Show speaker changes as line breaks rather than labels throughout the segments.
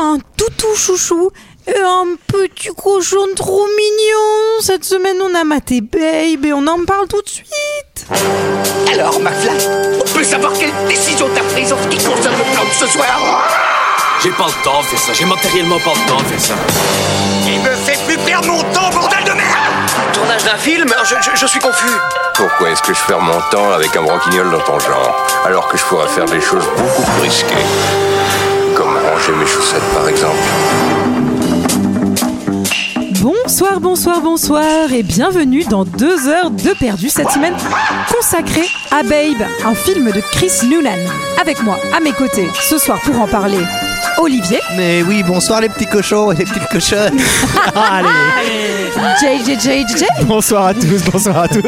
un toutou chouchou et un petit cochon trop mignon. Cette semaine, on a maté Babe et on en parle tout de suite.
Alors, McFly, on peut savoir quelle décision t'as prise en ce qui concerne le plan de ce soir
J'ai pas le temps de faire ça, j'ai matériellement pas le temps de faire ça.
Il me fait plus perdre mon temps, bordel de merde
Tournage d'un film euh, je, je- je suis confus.
Pourquoi est-ce que je perds mon temps avec un branquignol dans ton genre Alors que je pourrais faire des choses beaucoup plus risquées. Comme ranger mes chaussettes par exemple.
Bonsoir, bonsoir, bonsoir et bienvenue dans 2 heures de perdu cette semaine consacrée à Babe, un film de Chris Noonan. Avec moi, à mes côtés, ce soir pour en parler, Olivier,
Mais oui, bonsoir les petits cochons et les petites cochonnes. Allez,
JJJJ,
bonsoir à tous, bonsoir à toutes.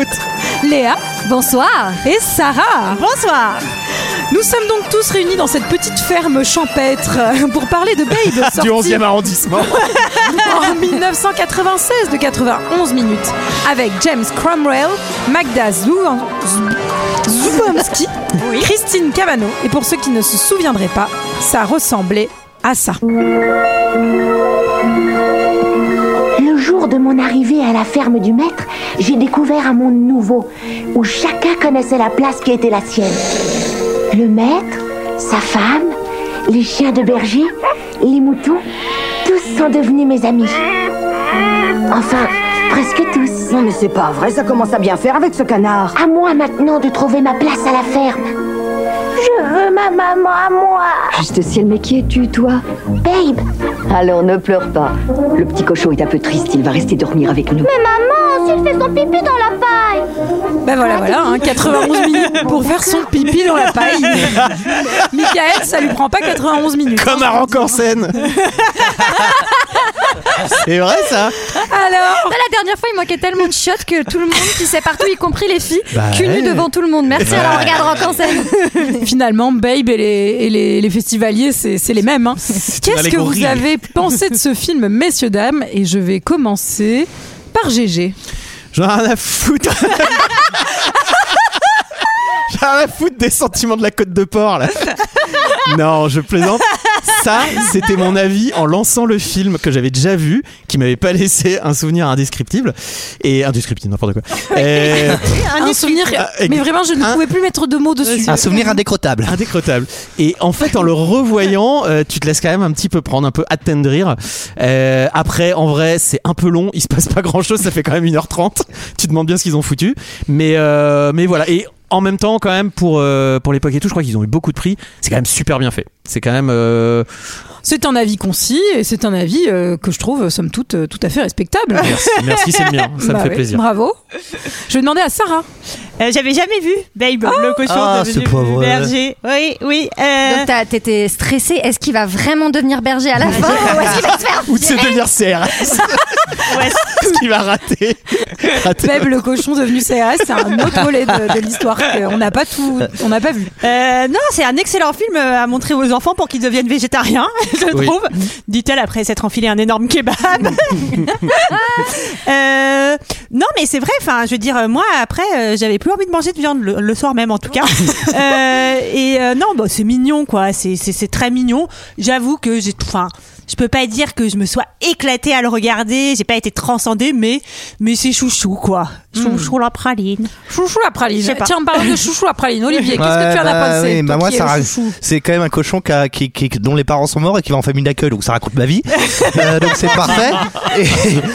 Léa, bonsoir, et Sarah, bonsoir. Nous sommes donc tous réunis dans cette petite ferme champêtre euh, pour parler de Babe, sorti
Du 11e arrondissement.
en 1996 de 91 minutes, avec James Cromwell, Magda Zouan- Zub- Zubomski, Christine Cavano. Et pour ceux qui ne se souviendraient pas, ça ressemblait à ça.
Le jour de mon arrivée à la ferme du maître, j'ai découvert un monde nouveau, où chacun connaissait la place qui était la sienne. Le maître, sa femme, les chiens de berger, les moutons, tous sont devenus mes amis. Enfin, presque tous.
Non mais c'est pas vrai, ça commence à bien faire avec ce canard.
À moi maintenant de trouver ma place à la ferme. Je veux ma maman à moi.
Juste ciel, mais qui es-tu, toi
Babe,
Alors ne pleure pas. Le petit cochon est un peu triste, il va rester dormir avec nous.
maman, s'il fait son pipi dans la paille.
Ben voilà, voilà, hein, 91 minutes pour faire son pipi dans la paille. Michael, ça lui prend pas 91 minutes.
Comme à Rancorsen. C'est vrai ça
Alors,
Bah, La dernière fois, il manquait tellement de shots que tout le monde pissait partout, y compris les filles,
Bah
cul nu
ouais.
devant tout le monde. Merci,
Bah
alors on
ouais.
regarde Rock en scène.
finalement, Babe et les, et les- les festivaliers, c'est c'est les mêmes. hein. Qu'est-ce que vous
allégorie.
avez pensé de ce film, messieurs, dames Et je vais commencer par GG.
J'en ai rien à foutre. J'en ai rien à foutre des sentiments de la côte de porc là. Non, je plaisante. Ça, c'était mon avis en lançant le film que j'avais déjà vu, qui m'avait pas laissé un souvenir indescriptible. Et indescriptible, n'importe quoi. Euh, Et-
un souvenir.
Ah, ex-
mais vraiment, je ne
un-
pouvais plus mettre de mots dessus.
Un souvenir
Ah,
indécrottable.
Indécrottable. Et en fait, en le revoyant, euh, tu te laisses quand même un petit peu prendre, un peu attendrir. Euh, après, en vrai, c'est un peu long, il se passe pas grand chose, ça fait quand même 1h30. Tu te demandes bien ce qu'ils ont foutu. Mais, euh, mais voilà. Et en même temps, quand même, pour, euh, pour l'époque et tout, je crois qu'ils ont eu beaucoup de prix. C'est quand même super bien fait. C'est quand même. euh,
C'est un avis concis et c'est un avis euh, que je trouve, euh, somme toute, euh, tout à fait respectable.
Merci, merci, c'est le mien. Ça
Bah
me fait
ouais,
plaisir.
Bravo. Je vais demander à Sarah.
Euh, J'avais jamais vu Babe, le cochon
Ah,
de
c'est
du
pas vrai.
berger. Oui, oui. euh,
Donc t'as- t'étais stressée. Est-ce qu'il va vraiment devenir berger à la fin ou est-ce qu'il va se faire
Ou de se devenir CRS. ce qu'il va rater. Rater.
Babe, le cochon devenu CRS, c'est un autre volet de, de l'histoire qu'on n'a pas tout, on n'a pas vu.
euh, non, c'est un excellent film euh, à montrer aux enfants pour qu'ils deviennent végétariens, je
Oui.
trouve. Dit-elle après s'être enfilé un énorme kebab. Euh, non, mais c'est vrai. Enfin, je veux dire, euh, moi après, euh, j'avais plus envie de manger de viande le, le soir même, en tout cas. Euh, et euh, non, bah, c'est mignon, quoi. C'est c'est- c'est très mignon. J'avoue que j'ai, enfin, je peux pas dire que je me sois éclatée à le regarder. J'ai pas été transcendée, mais mais c'est chouchou, quoi. Chouchou la praline.
Chouchou la praline.
Je sais pas.
Tiens, parlons de chouchou la praline. Olivier, qu'est-ce que
Ouais,
tu en as
bah
pensé
oui,
toi
bah moi,
qui es
ça ra-
chouchou
C'est quand même un cochon qui a- qui- qui- dont les parents sont morts et qui va en famille d'accueil, donc ça raconte ma vie. Euh, donc c'est parfait. Et,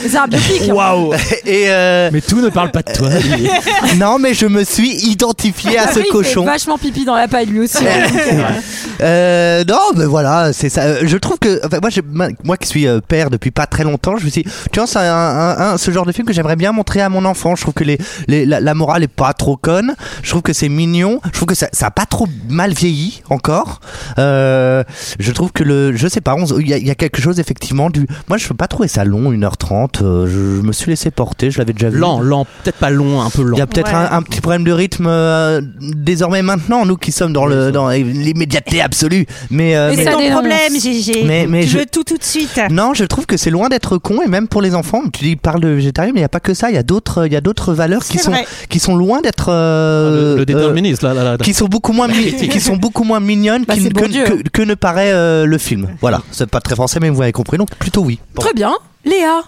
C'est un biopic. hein.
Waouh!
et, euh,
Mais tout ne parle pas de toi. Olivier.
non, mais je me suis identifié à
Ah
ce
oui, il fait
cochon.
Vachement pipi dans la paille lui aussi. hein.
Euh, non, mais voilà, c'est ça. Euh, Je trouve que enfin, moi, j'ai- ma- moi qui suis euh, père depuis pas très longtemps, je me suis, dit, tu vois, c'est un, un- un- ce genre de film que j'aimerais bien montrer à mon enfant. Je trouve que les, les- la, la morale est pas trop conne. Je trouve que c'est mignon. Je trouve que ça, ça a pas trop mal vieilli encore. Euh, je trouve que le, je sais pas, on se- il y, a- il y a quelque chose effectivement du. Moi, je peux pas trouver ça long, 1h30 euh, je, je me suis laissé porter. Je l'avais déjà vu.
Lent, lent, peut-être pas long, un peu lent.
Il y a peut-être
Ouais.
un, un petit problème de rythme euh, désormais maintenant, nous qui sommes dans le dans l'immédiaté absolue. Mais, euh,
Et
mais-
C'est
ça
ton
dénonce.
problème, Gégé.
Mais- mais
tu
je-
veux tout tout de suite.
non, je trouve que c'est loin d'être con et même pour les enfants. Tu dis parle de végétarien, mais il y a pas que ça. Il y a d'autres il y a d'autres valeurs qui
C'est
sont,
vrai.
qui sont loin d'être. euh,
Le, le
euh,
déterministe, là, là, là, là.
qui sont beaucoup moins mi- qui sont beaucoup moins mignonnes
Bah,
qu'il-
c'est bon
que,
Dieu.
que- que ne paraît euh, le film. Voilà, c'est pas très français mais vous avez compris donc plutôt oui. Bon.
Très bien. Léa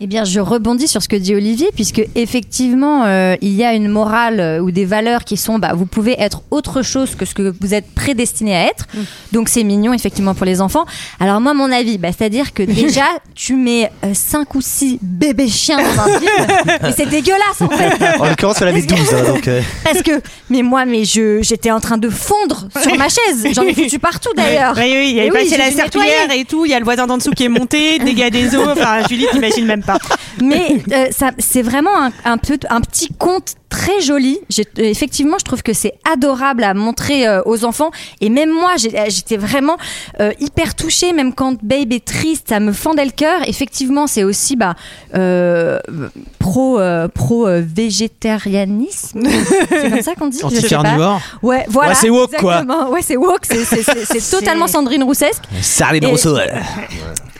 Eh bien, je rebondis sur ce que dit Olivier, puisque effectivement, euh, il y a une morale euh, ou des valeurs qui sont, bah, vous pouvez être autre chose que ce que vous êtes prédestiné à être. Donc, c'est mignon, effectivement, pour les enfants. Alors, moi, mon avis, bah, c'est-à-dire que déjà, tu mets 5 ou 6 bébés chiens dans un film, et c'est dégueulasse, en fait.
En l'occurrence, elle avait 12 hein, donc euh,
Parce que, mais moi, mais je, j'étais en train de fondre sur ma chaise. J'en ai foutu partout, d'ailleurs.
Oui, oui, il y avait
Mais
passé
oui, j'ai
la
dû nettoyer.
serpillière et tout. Il y a le voisin d'en dessous qui est monté, dégâts des eaux. Enfin, Julie, t'imagines même pas.
Mais euh, ça, c'est vraiment un, un, peu, un petit conte très joli. J'ai- euh, Effectivement, je trouve que c'est adorable à montrer euh, aux enfants. Et même moi, j'ai- euh, j'étais vraiment euh, hyper touchée, même quand Babe est triste, ça me fendait le cœur. Effectivement, c'est aussi bah, euh, pro, euh, pro euh, végétarianisme. c'est comme ça qu'on dit Je sais pas.
Anti-carnivore
Ouais, voilà.
Ouais, c'est woke, quoi.
exactement. Ouais, c'est woke. c'est- c'est- C'est c'est totalement Sandrine Roussesque.
ça les
Et-
Rousseau. euh.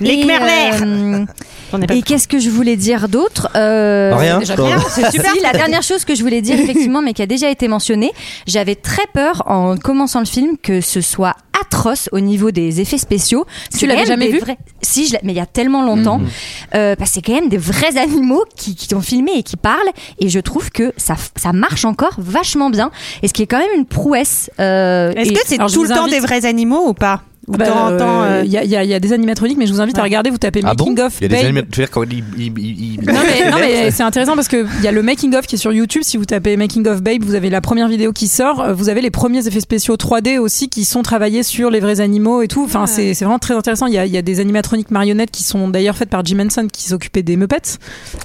Les
Et,
Khmer
euh,
On est pas-
et qu'est-ce que je voulais dire d'autre Euh,
Rien.
déjà
Bon.
bien.
C'est super.
Si, la dernière chose que je voulais dire, effectivement, mais qui a déjà été mentionnée, j'avais très peur en commençant le film que ce soit atroce au niveau des effets spéciaux. Tu
l'avais jamais vu
Si, je l'a- mais il y a tellement longtemps.
Mhm.
Euh, bah, c'est quand même des vrais animaux qui, qui t'ont filmé et qui parlent. Et je trouve que ça, f- ça marche encore vachement bien. Et ce qui est quand même une prouesse. euh,
Est-ce
et-
que c'est
alors, je
tout
vous
le temps
invite-
des vrais animaux ou pas Ou
Bah,
t'en
euh,
entends, euh,
Il y, a- il y a- il y a des animatroniques, mais je vous invite à regarder. Vous tapez
Ah bon
Making of.
Il y a des
Babe.
animaux- tu veux dire quand il, il- il- il-
Non mais, non, mais c'est intéressant parce que il y a le making of qui est sur YouTube. Si vous tapez making of babe, vous avez la première vidéo qui sort. Euh, Vous avez les premiers effets spéciaux 3D aussi qui sont travaillés sur les vrais animaux et tout. Enfin, c'est c'est vraiment très intéressant. Il y a, il y a des animatroniques marionnettes qui sont d'ailleurs faites par Jim Henson qui s'occupait des Muppets.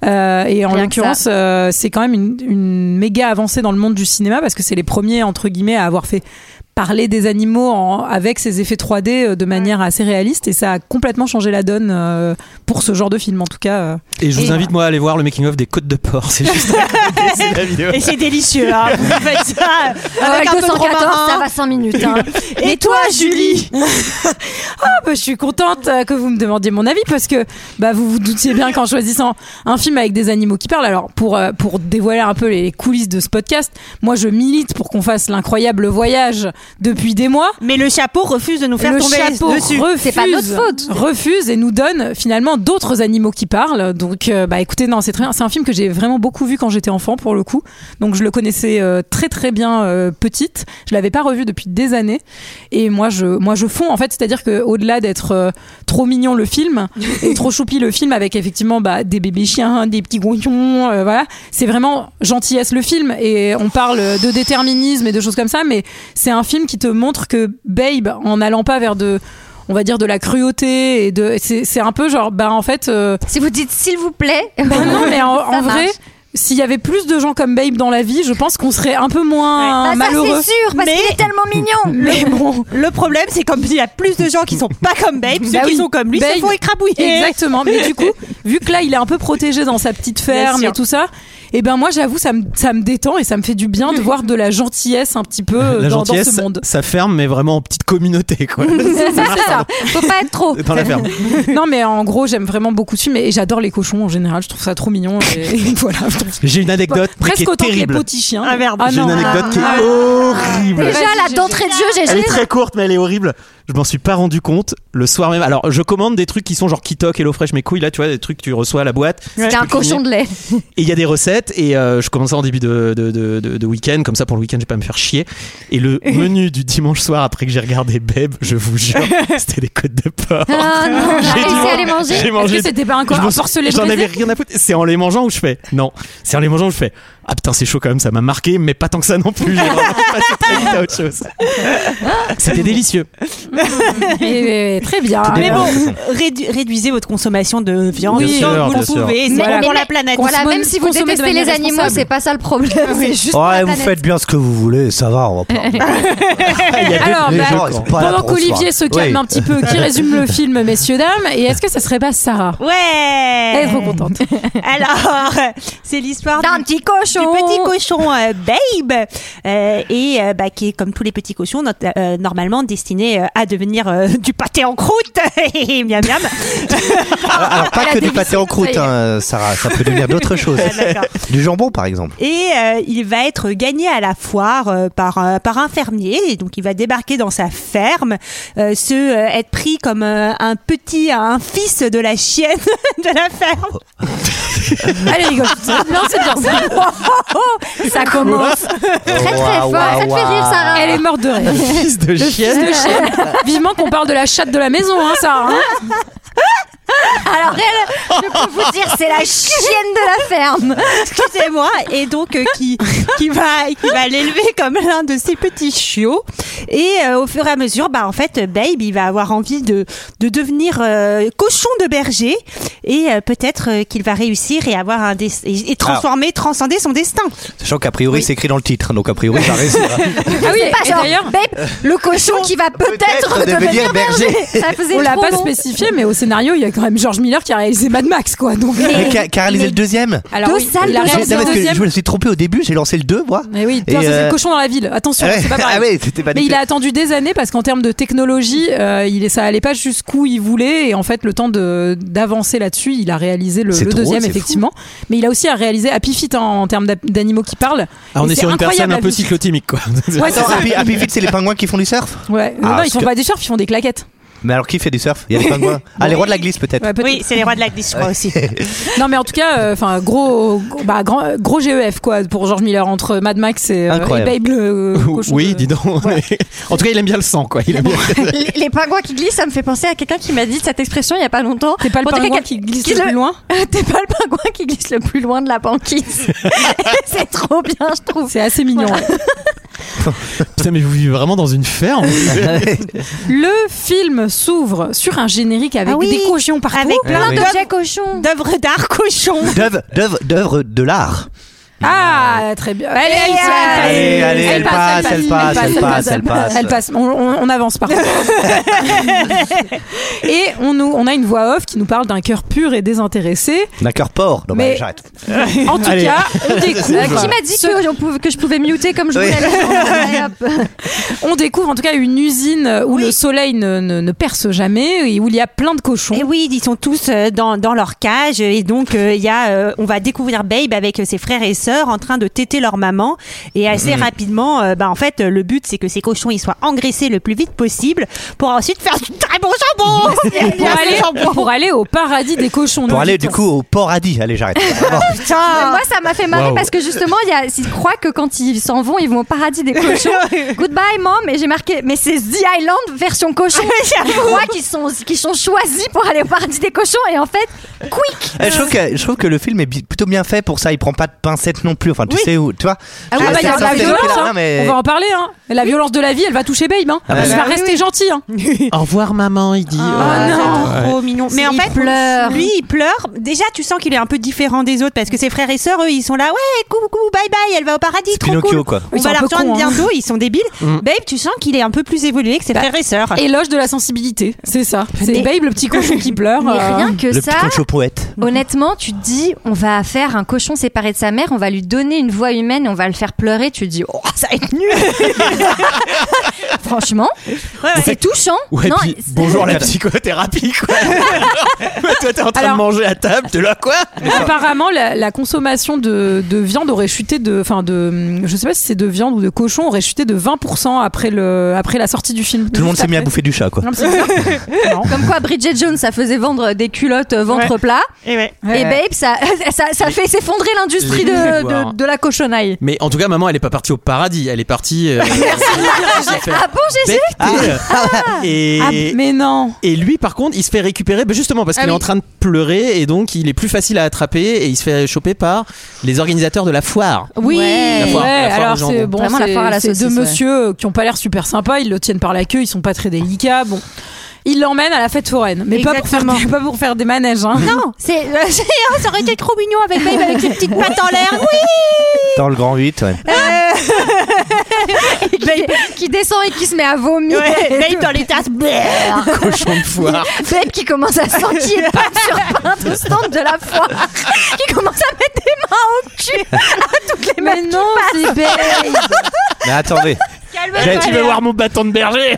Euh, et en
Rien que
l'occurrence, euh, c'est quand même une, une méga avancée dans le monde du cinéma parce que c'est les premiers entre guillemets à avoir fait parler des animaux en- avec ces effets 3D euh, de manière assez réaliste et ça a complètement changé la donne euh, pour ce genre de film en tout cas. euh.
Et je vous
Et-
invite, moi, à aller voir le making-of des Côtes de Porc. C'est juste à côté, c'est la vidéo.
Et c'est délicieux, hein. Vous faites ça
Ah ouais,
avec un peu de
214, ça
romarin.
va 5 minutes. hein.
Et toi, Julie
Ah, bah, je suis contente euh, que vous me demandiez mon avis parce que bah, vous vous doutiez bien qu'en choisissant un film avec des animaux qui parlent, alors pour, euh, pour dévoiler un peu les, les coulisses de ce podcast, moi je milite pour qu'on fasse l'incroyable voyage depuis des mois.
Mais le chapeau refuse de nous faire
le
tomber
chapeau
dessus.
refuse,
C'est pas notre faute.
refuse et nous donne finalement d'autres animaux qui parlent. Donc, euh, bah écoutez, non, c'est très bien. C'est un film que j'ai vraiment beaucoup vu quand j'étais enfant pour le coup. Donc, je le connaissais euh, très très bien euh, petite. Je l'avais pas revu depuis des années. Et moi, je, moi, je fonds en fait. C'est-à-dire que au-delà d'être euh, trop mignon le film et trop choupi le film avec effectivement bah, des bébés chiens, des petits gonchons, euh, voilà, c'est vraiment gentillesse le film. Et on parle de déterminisme et de choses comme ça, mais c'est un film qui te montre que Babe, en n'allant pas vers de on va dire de la cruauté et de c'est c'est un peu genre bah en fait euh,
Si vous dites s'il vous plaît.
bah non mais en, en
Ça marche.
vrai s'il y avait plus de gens comme Babe dans la vie je pense qu'on serait un peu moins
Bah, ça,
malheureux
c'est sûr, parce
Mais-
qu'il est tellement mignon.
Mais bon, le problème, c'est comme il y a plus de gens qui sont pas comme Babe, ceux
Bah
qui
oui.
sont comme lui se
Babe.
font écrabouiller.
Exactement, mais du coup, vu que là il est un peu protégé dans sa petite ferme
sûr.
et tout ça, et ben moi j'avoue ça me ça me détend et ça me fait du bien de voir de la gentillesse un petit peu euh,
La
dans, dans
gentillesse,
ce monde.
ça ferme, mais vraiment en petite communauté, quoi.
C'est ça. Faut pas être trop.
Dans la ferme.
Non mais en gros j'aime vraiment beaucoup ce film et j'adore les cochons en général, je trouve ça trop mignon et, et voilà, je trouve ça-
J'ai une anecdote mais qui
presque
est
autant que les
terrible.
petits chiens.
Ah, merde.
J'ai une
non.
anecdote qui
Ah,
est horrible.
Déjà,
Vas-y,
la
Gégé.
d'entrée de jeu, j'ai
Elle est très courte, mais elle est horrible. Je m'en suis pas rendu compte le soir même. Alors, je commande des trucs qui sont genre Kitok, Hello Fresh, mes couilles, là, tu vois, des trucs que tu reçois à la boîte.
C'était un
peux le
cochon
finir.
de lait.
Et il y a des recettes, et euh, je commence ça en début de, de, de, de- de week-end, comme ça pour le week-end, je vais pas me faire chier. Et le menu du dimanche soir, après que j'ai regardé Beb, je vous jure, c'était des côtes de porc.
Ah non, j'ai
J'ai dû
réussi à
man-
les
J'ai
manger.
Est-ce
mangé.
que c'était pas un
je
corps
m'en-
un porcelet de
J'en avais
baiser
rien à foutre. C'est en les mangeant où je fais Non, c'est en les mangeant où je fais Ah putain, c'est chaud quand même, ça m'a marqué, mais pas tant que ça non plus. J'ai vraiment passé très vite à autre chose. C'était délicieux.
Et- et- très bien.
Mais
Des
bon,
bonnes
rédu- réduisez votre consommation de viande
Bien
tant
sûr,
que vous
bien
le
sûr.
pouvez. C'est
Mais-
bon
mais-
pour la
mais-
planète.
Voilà, même si vous
consommer de
détestez
manière
les animaux,
responsable.
c'est pas ça le problème. C'est juste pour la
Ouais, vous
planète.
faites bien ce que vous voulez, ça va, on va pas.
Ah,
Il y a
Alors,
les
bah,
gens, ils sont pas là
pendant
pour ce soir.
qu'Olivier se calme hein,
Oui.
un petit peu, qui résume le film, messieurs, dames, et est-ce que ça serait pas Sarah
Ouais
Elle est trop contente.
Alors, c'est l'histoire
D'un
d'une
petit cochon. du petit cochon euh, Babe, euh, et euh, bah, qui est comme tous les petits cochons not- euh, normalement destiné euh, à devenir euh, du pâté en croûte. miam miam.
Alors, alors, pas
Elle a
que du
dévissé,
pâté en croûte,
ça y est.
hein, Sarah, ça peut devenir d'autres choses.
D'accord.
Du jambon, par exemple.
Et euh, il va être gagné à la foire euh, par, euh, par un fermier. Et donc il va débarquer dans sa ferme, euh, se euh, être pris comme euh, un petit, un fils de la chienne de la ferme.
Allez, rigole. Non, c'est bien ça. Ça commence très très fort. Ah, Ça te fait rire, Sarah.
Elle est morte de rire.
Fils de
Le
chienne.
fils de chienne. Vivement qu'on parle de la chatte de la maison, hein, ça. hein.
Alors, elle, je peux vous dire, c'est la chienne de la ferme.
Excusez-moi. Et donc euh, qui, qui va, qui va l'élever comme l'un de ses petits chiots. Et euh, au fur et à mesure, bah en fait, Babe, il va avoir envie de, de devenir euh, cochon de berger. Et euh, peut-être euh, qu'il va réussir et avoir un des- et, et transformer, transcender son destin.
Sachant qu'a priori, c'est écrit dans le titre, donc a priori, ça reste.
Ah oui,
C'est pas
et
genre,
d'ailleurs-
babe, le cochon qui va peut-être devenir berger. Ça faisait
On l'a
trop
pas
bon.
spécifié, mais au scénario, il y a quand même George Miller qui a réalisé Mad Max, quoi. Donc,
Mais qui a, qui a réalisé le deuxième
alors,
Deux
oui,
salles
il a
de
J'ai-
réalisé
non,
le
parce que
deuxième.
Je me suis trompé au début, j'ai lancé le 2, moi.
Mais oui,
Et,
non, ça, c'est
euh,
le cochon dans la ville. Attention,
ouais.
c'est pas pareil.
Ah ouais, c'était pas du
mais il
tout.
a attendu des années parce qu'en termes de technologie, euh, il est, ça allait pas jusqu'où il voulait. Et en fait, le temps de- d'avancer là-dessus, il a réalisé le,
C'est
le
drôle,
deuxième,
c'est
effectivement. Mais il a aussi réalisé Happy Feet hein, en termes d'ap- d'animaux qui parlent.
Ah, on
Et
est
c'est
sur une personne
incroyable,
un peu
Happy Feet.
cyclotymique, quoi.
Ouais, c'est
Attends,
ça.
Happy, Happy Feet, c'est les pingouins qui font du surf
Ouais. Non,
Ah,
non,
parce
ils font
que-
pas des surf, ils font des claquettes.
Mais alors, qui fait du surf Il y a des pingouins. Ah, les rois de la glisse, peut-être.
Ouais, peut-être.
Oui, c'est les rois de la glisse, je crois aussi.
Non, mais en tout cas, euh, enfin, gros, gros- bah, grand, gros GEF quoi pour George Miller entre Mad Max et, euh,
Incroyable.
et Babe le euh, cochon
Oui,
de-
dis donc. en tout cas, il aime bien le sang, quoi. Il aime bien-
les, les pingouins qui glissent, ça me fait penser à quelqu'un qui m'a dit cette expression il y a pas longtemps.
T'es pas le
On dirait
pingouin
qu'elle-
qui glisse le plus loin.
T'es pas le pingouin qui glisse le plus loin de la banquise. c'est trop bien, je trouve.
C'est assez mignon. ouais.
Putain, mais vous vivez vraiment dans une ferme.
Le film s'ouvre sur un générique avec
Ah oui,
des cochons partout.
Avec plein
oui.
D'objets cochons.
d'œuvres d'art cochon.
D'œuvre- D'œuvre d'œuvre de l'art.
Ah, très bien. Allez, elle, passe.
allez, allez, elle passe, elle passe, elle passe, elle passe.
Elle passe. On, on- on avance par contre. Et on, nous, on a une voix off qui nous parle d'un cœur pur et désintéressé.
D'un cœur porc. Non, mais
Mais-
j'arrête.
En tout
Allez.
cas, on
Euh,
découvre.
qui m'a dit que, j'en pouvais- que je pouvais muter comme je
Oui.
voulais Allez, hop.
On découvre en tout cas une usine où le soleil ne, ne- ne perce jamais et où il y a plein de cochons.
Et oui, ils sont tous euh, dans, dans leur cage et donc euh, il y a euh, on va découvrir Babe avec euh, ses frères et sœurs en train de téter leur maman et assez
Mm.
rapidement euh, bah en fait euh, le but c'est que ces cochons ils soient engraissés le plus vite possible pour ensuite faire du très bon jambon.
Pour aller, pour aller au paradis des cochons.
Pour
nous
aller,
dit-on.
du coup, au paradis. Allez, j'arrête. Vraiment.
Ah.
Mais Moi, ça m'a fait marrer
Wow.
parce que justement, il y a, ils croient que quand ils s'en vont, ils vont au paradis des cochons. Goodbye, mom. Et j'ai marqué, mais c'est The Island version cochon. ils croient qu'ils sont, qu'ils sont choisis pour aller au paradis des cochons. Et en fait, quick.
Eh, je, trouve que, je trouve que le film est bi- plutôt bien fait pour ça. Il prend pas de pincettes non plus. Enfin, tu
Oui.
sais où, tu vois.
Ah oui,
Je-
bah, il y a de
ça
la
fait le
violence.
film,
hein.
non, mais-
On va en parler. Hein. La violence de la vie, elle va toucher Babe. Hein.
bah,
il va
bah,
rester gentil. Hein. Oh
Au revoir, maman, il dit.
Ah,
Ouais.
c'est trop mignon. Mais en
Il
fait,
pleure.
lui, il pleure. Déjà, tu sens qu'il est un peu différent des autres parce que ses frères et sœurs, eux, ils sont là. Ouais, coucou, bye bye, elle va au paradis.
C'est
Trop
Pinocchio, Mm.
cool.
quoi.
On
Ils sont
va
un
la
peu
rejoindre
cons, hein.
bientôt. Ils sont débiles. Babe, tu sens qu'il est un peu plus évolué que ses
Bah,
frères et sœurs.
Éloge de la sensibilité. C'est ça. C'est
Mais-
Babe, le petit cochon qui pleure.
Mais
euh,
rien que
Le
ça.
petit cochon poète.
Mhm.
Honnêtement, tu te dis, on va faire un cochon séparé de sa mère, on va lui donner une voix humaine, on va le faire pleurer. Tu te dis, oh, ça va être nul. Franchement, c'est touchant.
Ouais,
non,
puis,
c'est-
bonjour la psychothérapie, quoi. Ouais, Toi, t'es en train
Alors-
de manger à table, t'es là, quoi
Apparemment, la, la consommation de, Euh, de viande aurait chuté de, enfin de, je sais pas si c'est de viande ou de cochon, aurait chuté de 20% après le, après la sortie du film.
Tout le monde s'est mis à
bouffer.
bouffer du chat, quoi.
Non.
Comme quoi, Bridget Jones, ça faisait vendre des culottes euh, ventre plat.
Et ouais.
Ouais.
Et Babe, ça, ça, ça fait s'effondrer l'industrie
les
de,
pouvoirs.
de, de la cochonnaille.
Mais en tout cas, maman, elle est pas partie au paradis, elle est partie. euh, elle s'est fait
Ah bon, j'ai
becquer. Et.
Ah, mais non.
Et lui, par contre, il se fait récupérer bah, justement parce
Ah
qu'il est
oui.
en train de pleurer et donc il est plus facile à attraper et il se fait choper par les organisateurs de la foire.
Oui,
Ouais. La
foire,
Ouais,
la foire
alors
au jambon.
c'est bon,
Vraiment la
c'est-
foire à la
c'est deux
saucisse, ouais.
messieurs euh, qui ont pas l'air super sympas, ils le tiennent par la queue, ils sont pas très délicats. Bon, ils l'emmènent à la fête foraine, mais pas pour, faire des, pas pour faire des manèges. hein.
Oh,
Non, c'est,
euh,
ça aurait été trop mignon avec Babe avec ses petites pattes en l'air. Oui.
Dans le grand 8, ouais.
et qui, qui descend et qui se met à vomir.
Ouais,
Et
Babe
tout.
dans les tasses.
Cochon de foire.
Babe qui commence à s'enquiller pain sur pain au stand de la foire. Qui commence à mettre des mains au cul à toutes les meufs qui passent.
Mais attendez.
J'ai- Tu veux voir mon bâton de berger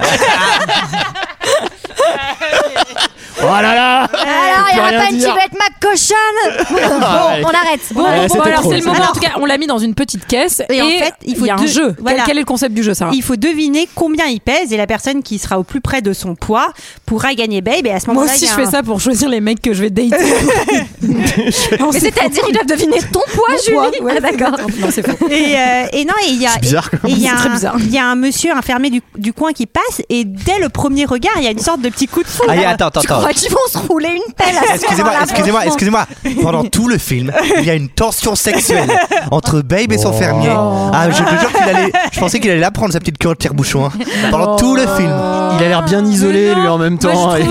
Oh là là
Alors, il
Je
y
peux
aura
rien
pas une
dire.
petite ma cochonne
Ouais.
Bon, on arrête.
Bon,
Ouais,
bon,
c'était
bon, alors
trop,
c'est le
ça.
moment.
Alors-
en tout cas, on l'a mis dans une petite caisse et,
Et en fait, il faut
y a un
deux-
jeu.
voilà.
Quel, quel est le concept du jeu, Sarah
Il faut deviner combien il pèse et la personne qui sera au plus près de son poids pourra gagner Babe. Et à ce
Moi
moment-là,
aussi,
il y a
je fais
un-
ça pour choisir les mecs que je vais dater.
Mais c'est-à-dire, ils doivent deviner ton poids, Julie Ah, d'accord.
Non, c'est faux.
Et, euh, et non, et il y a,
bizarre, quand
et il y a
C'est très
un-
bizarre.
il y a un monsieur, un fermier du, du coin qui passe et dès le premier regard, il y a une sorte de petit coup de fou.
Ah, attends, attends,
Tu
attends.
crois qu'ils vont se rouler une pelle à ce
Excusez-moi,
moment-là,
excusez-moi,
franchement
excusez-moi. Pendant tout le film, il y a une tension sexuelle entre Babe et son fermier.
Oh.
Ah, je te jure qu'il allait. Je pensais qu'il allait là prendre sa petite queue de tire-bouchon. hein.
Oh.
Pendant tout le film.
Il a l'air bien isolé, lui, en même temps. Et-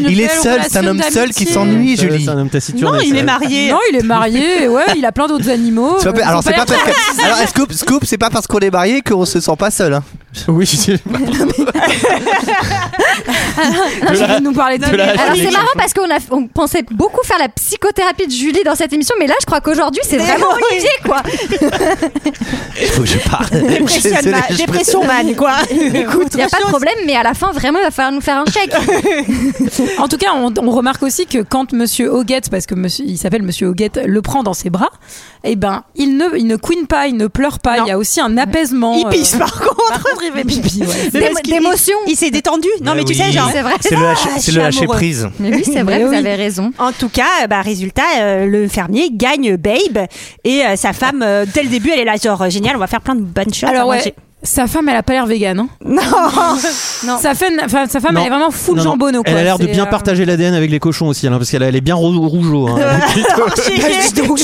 Il est seul, c'est un homme seul qui s'ennuie,
C'est-
Julie.
C'est un homme taciturne.
Non,
et
il
ça-
est marié.
Non, il est marié. Ouais, il a plein d'autres animaux. Euh,
C'est pas-
Ils ont
alors c'est pas
l'air
parce
très-
que- alors scoop scoop c'est pas parce qu'on est marié qu'on se sent pas seul hein.
Oui, c'est-
Ah, j'ai envie de nous parler de
de la-
Alors c'est
Julie.
marrant parce qu'on a- on pensait beaucoup faire la psychothérapie de Julie dans cette émission, mais là je crois qu'aujourd'hui c'est vraiment
oui.
Olivier quoi.
Il faut que je parle. Je suis
Dépression,
désolé,
ma-
je-
dépression man, quoi. Écoute,
Il n'y a pas de problème, mais à la fin vraiment il va falloir nous faire un chèque.
En tout cas, on, on remarque aussi que quand Monsieur Hoguette, parce que monsieur, il s'appelle Monsieur Hoguette, le prend dans ses bras, eh ben, il ne, il ne queen pas, il ne pleure pas.
Non.
Il y a aussi un apaisement.
Il
euh,
pisse par contre.
par contre, il fait pipi, ouais.
Mais
D'é-
parce qu'il-
d'émotion.
Il s'est détendu. Non, mais, tu sais,
oui.
genre.
C'est vrai.
C'est le lâcher- c'est le lâcher
amoureux.
prise.
Mais oui c'est vrai,
Mais
vous
oui.
avez raison.
En tout cas, euh, bah, résultat, euh, le fermier gagne Babe et euh, sa femme, euh, dès le début, elle est là, genre, euh, génial, on va faire plein de bonnes choses. à
Alors ouais.
manger.
Sa femme, elle a pas l'air végane. Hein.
Non,
Non. Sa femme, enfin, sa femme
Non.
elle est vraiment full
Non, non.
jambonneau.
Elle
quoi.
a l'air de
C'est,
bien
euh,
partager l'ADN avec les cochons aussi, alors, parce qu'elle elle est bien rou- rougeau. hein. non,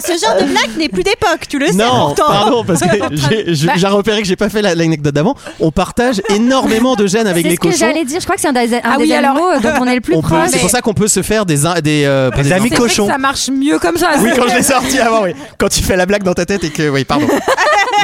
ce genre de blague n'est plus d'époque, tu le sais
non,
pourtant.
pardon, parce que j'ai- j'ai j'ai repéré que j'ai pas fait la- l'anecdote d'avant. On partage énormément de gènes avec
C'est
les
ce que
cochons.
j'allais dire, je crois que c'est un des, un
Ah
des
oui, alors-
animaux dont on est le plus
On peut-
proche.
C'est pour ça qu'on peut se faire des in- des, euh, pas
Des amis
C'est vrai que
cochons.
ça marche mieux comme ça.
Oui,
c'est-
quand je l'ai sorti avant, oui. Quand tu fais la blague dans ta tête et que. Oui, pardon.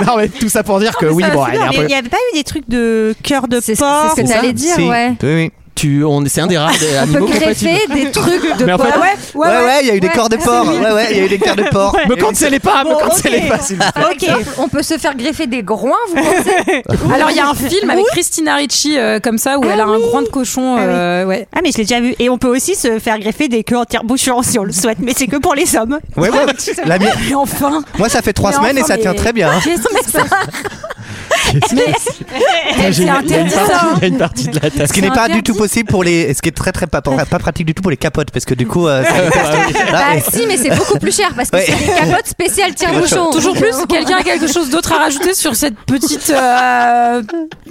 non, mais tout ça pour dire
Oh,
que euh, oui,
ça,
bon,
c'est
elle est un
Mais
peu.
il n'y avait pas eu des trucs de cœur de
C'est ce
porc
c'est ce que t'allais dire,
Si.
ouais.
Oui, oui.
Tu, on, c'est un des rares des
On peut
animaux compatibles.
greffer des trucs de
Mais en fait-
porc.
Ouais ouais, il y a eu des
Ouais.
corps de porc. Ouais ouais, il y a eu des corps de porc.
Me cancellez pas, me
Bon,
cancellez
ok.
pas, s'il vous plaît.
Ok.
On peut se faire greffer des groins, vous pensez
Alors il y a un film avec Christina Ricci euh, comme ça où elle a un groin de cochon.
Ah oui.
euh, ouais.
Ah mais je l'ai déjà vu et on peut aussi se faire greffer des queues en tire-bouchon si on le souhaite mais c'est que pour les hommes.
Ouais ouais. La mienne-
Et enfin.
Moi ça fait trois
Mais
semaines et
enfin,
ça tient
mais-
très bien. hein.
Qu'est-ce qui se passe Mais
J'ai-
c'est
il y a une
interdit ça.
partie- il y a une partie de la tête.
Ce qui n'est pas du
interdit.
tout possible pour les, ce qui est très très pas, pas pratique du tout pour les capotes parce que du coup. euh, ça-
Bah
Ah, ouais.
si, mais c'est beaucoup plus cher parce que
Ouais.
c'est des capotes spéciales tire-bouchon. euh,
Toujours plus, quelqu'un a quelque chose d'autre à rajouter sur cette petite euh,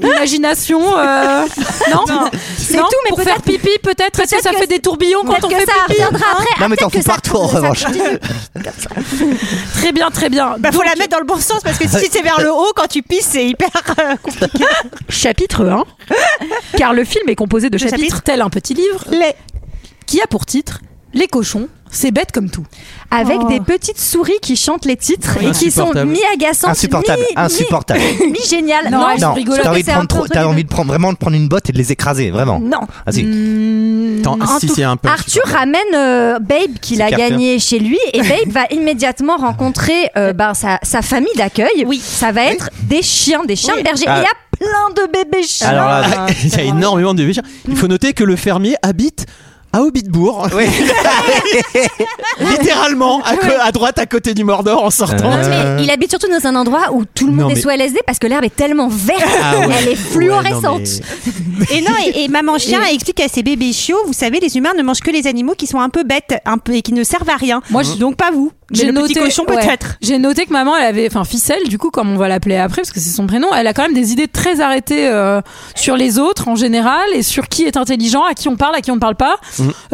imagination euh, Non,
C'est
Non,
tout, mais
pour
peut-être
faire pipi, peut-être. Est-ce que
peut-être
ça
que
fait des tourbillons quand
peut-être
on
que
fait
ça
pipi hein,
reviendra après.
Non mais t'en
peut-être
fous
que ça
partout en
tourne, ça
revanche.
Très bien, très bien.
Bah faut la mettre dans le bon sens parce que si c'est vers le haut quand tu pisses c'est hyper euh, compliqué.
Chapitre 1. Car le film est composé de chapitres
chapitres.
tel un petit livre qui a pour titre Les cochons, c'est bête comme tout. Oh.
Avec des petites souris qui chantent les titres
Oui.
et qui sont
Insupportable.
mi-agaçantes,
Insupportable, insupportable.
mi- mi-géniales.
Non,
Non,
elles sont
Non,
rigolotes,
t'as envie de
c'est un
prendre,
peu
trop- t'as
rigolo.
envie de prendre vraiment de prendre une botte et de les écraser vraiment. Ah,
Non.
Vas-y.
Attends,
En
si,
tout-
c'est un peu.
Arthur ramène euh, Babe qu'il a
C'est
gagné chez lui et Babe va immédiatement rencontrer euh, ben, sa, sa famille d'accueil. Oui. Ça va être des chiens, des chiens
Oui.
de berger.
Ah.
Il y a plein de bébés chiens.
Alors euh, là,
Ah, il y a énormément de bichons. Il faut noter que le fermier habite à Hobbitbourg.
Oui.
Littéralement, à, co- à droite, à côté du Mordor, en sortant.
Non,
euh,
mais il habite surtout dans un endroit où tout le
Non,
monde
mais-
est sous LSD parce que l'herbe est tellement verte,
Ah ouais.
elle est fluorescente.
Ouais, non,
Et non et, et maman chien explique à ses bébés chiots vous savez les humains ne mangent que les animaux qui sont un peu bêtes un peu et qui ne servent à rien.
Moi, je-
donc pas vous. Mais le petit cochon
ouais.
peut-être.
J'ai noté que maman, elle avait, enfin ficelle, du coup, comme on va l'appeler après, parce que c'est son prénom. Elle a quand même des idées très arrêtées euh, sur les autres en général et sur qui est intelligent, à qui on parle, à qui on ne parle pas.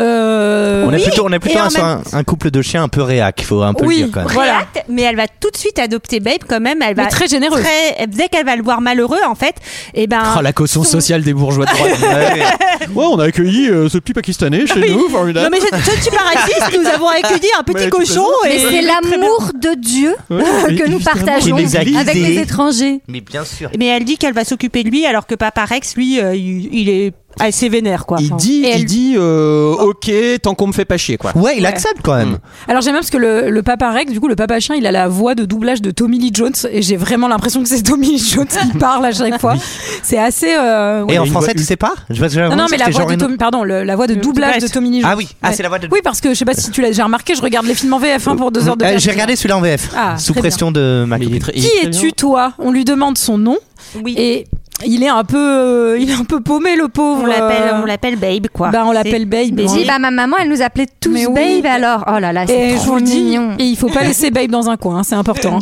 Euh,
On est plutôt, on est plutôt
et en
un, sur un- un couple de chiens un peu réac, faut un peu
Oui.
le dire quand même.
Voilà.
Réacte, mais elle va tout de suite adopter Babe quand même elle va
Mais très généreuse.
très- dès qu'elle va le voir malheureux en fait et ben
Oh
Oh, la caution sociale des bourgeois de droite.
Ouais, ouais.
Ouais, on a accueilli euh, ce petit Pakistanais chez
Oui.
nous, formidable.
Non, mais je- je ne suis pas raciste, nous avons accueilli un petit
Mais tu
cochon
plaisantes.
et-
Mais c'est l'amour de Dieu
Ouais, mais
que nous
justement,
partageons
il les a
avec
guidés.
les étrangers.
Mais bien sûr.
Mais elle dit qu'elle va s'occuper de lui alors que Papa Rex, lui, euh, il, il est assez vénère quoi.
Il dit, il dit euh, ok, tant qu'on me fait pas chier, quoi.
Ouais, il
Ouais.
accepte quand même.
Alors j'aime bien parce que le, le papa Rex, du coup, le papa chien, il a la voix de doublage de Tommy Lee Jones et j'ai vraiment l'impression que c'est Tommy Lee Jones qui parle à chaque fois. C'est assez. euh, ouais.
Et en français, tu sais pas Je vois- j'ai
Non, non,
l'impression
mais
que
la
c'est
voix
genre
de
une-
Tommy, pardon, le- la voix de doublage de
doublage.
Tommy Lee Jones.
Ah oui. Ah, c'est la voix de-
Oui, parce que je sais pas si tu l'as déjà remarqué, je regarde les films en VF1 pour deux heures de
Euh,
perdu.
J'ai regardé celui-là en VF,
Ah,
sous
très
pression de ma copine.
Qui es-tu toi On lui demande son nom et il est un peu, euh, il est un peu paumé le pauvre.
On l'appelle-
euh,
on l'appelle Babe, quoi.
Bah on
C'est-
l'appelle Babe.
Mais si, bah, ma maman, elle nous appelait tous
Mais oui.
Babe alors. Oh là là,
Et
c'est
je vous
trop
le dis,
mignon.
et il faut pas laisser Babe dans un coin, hein, c'est important.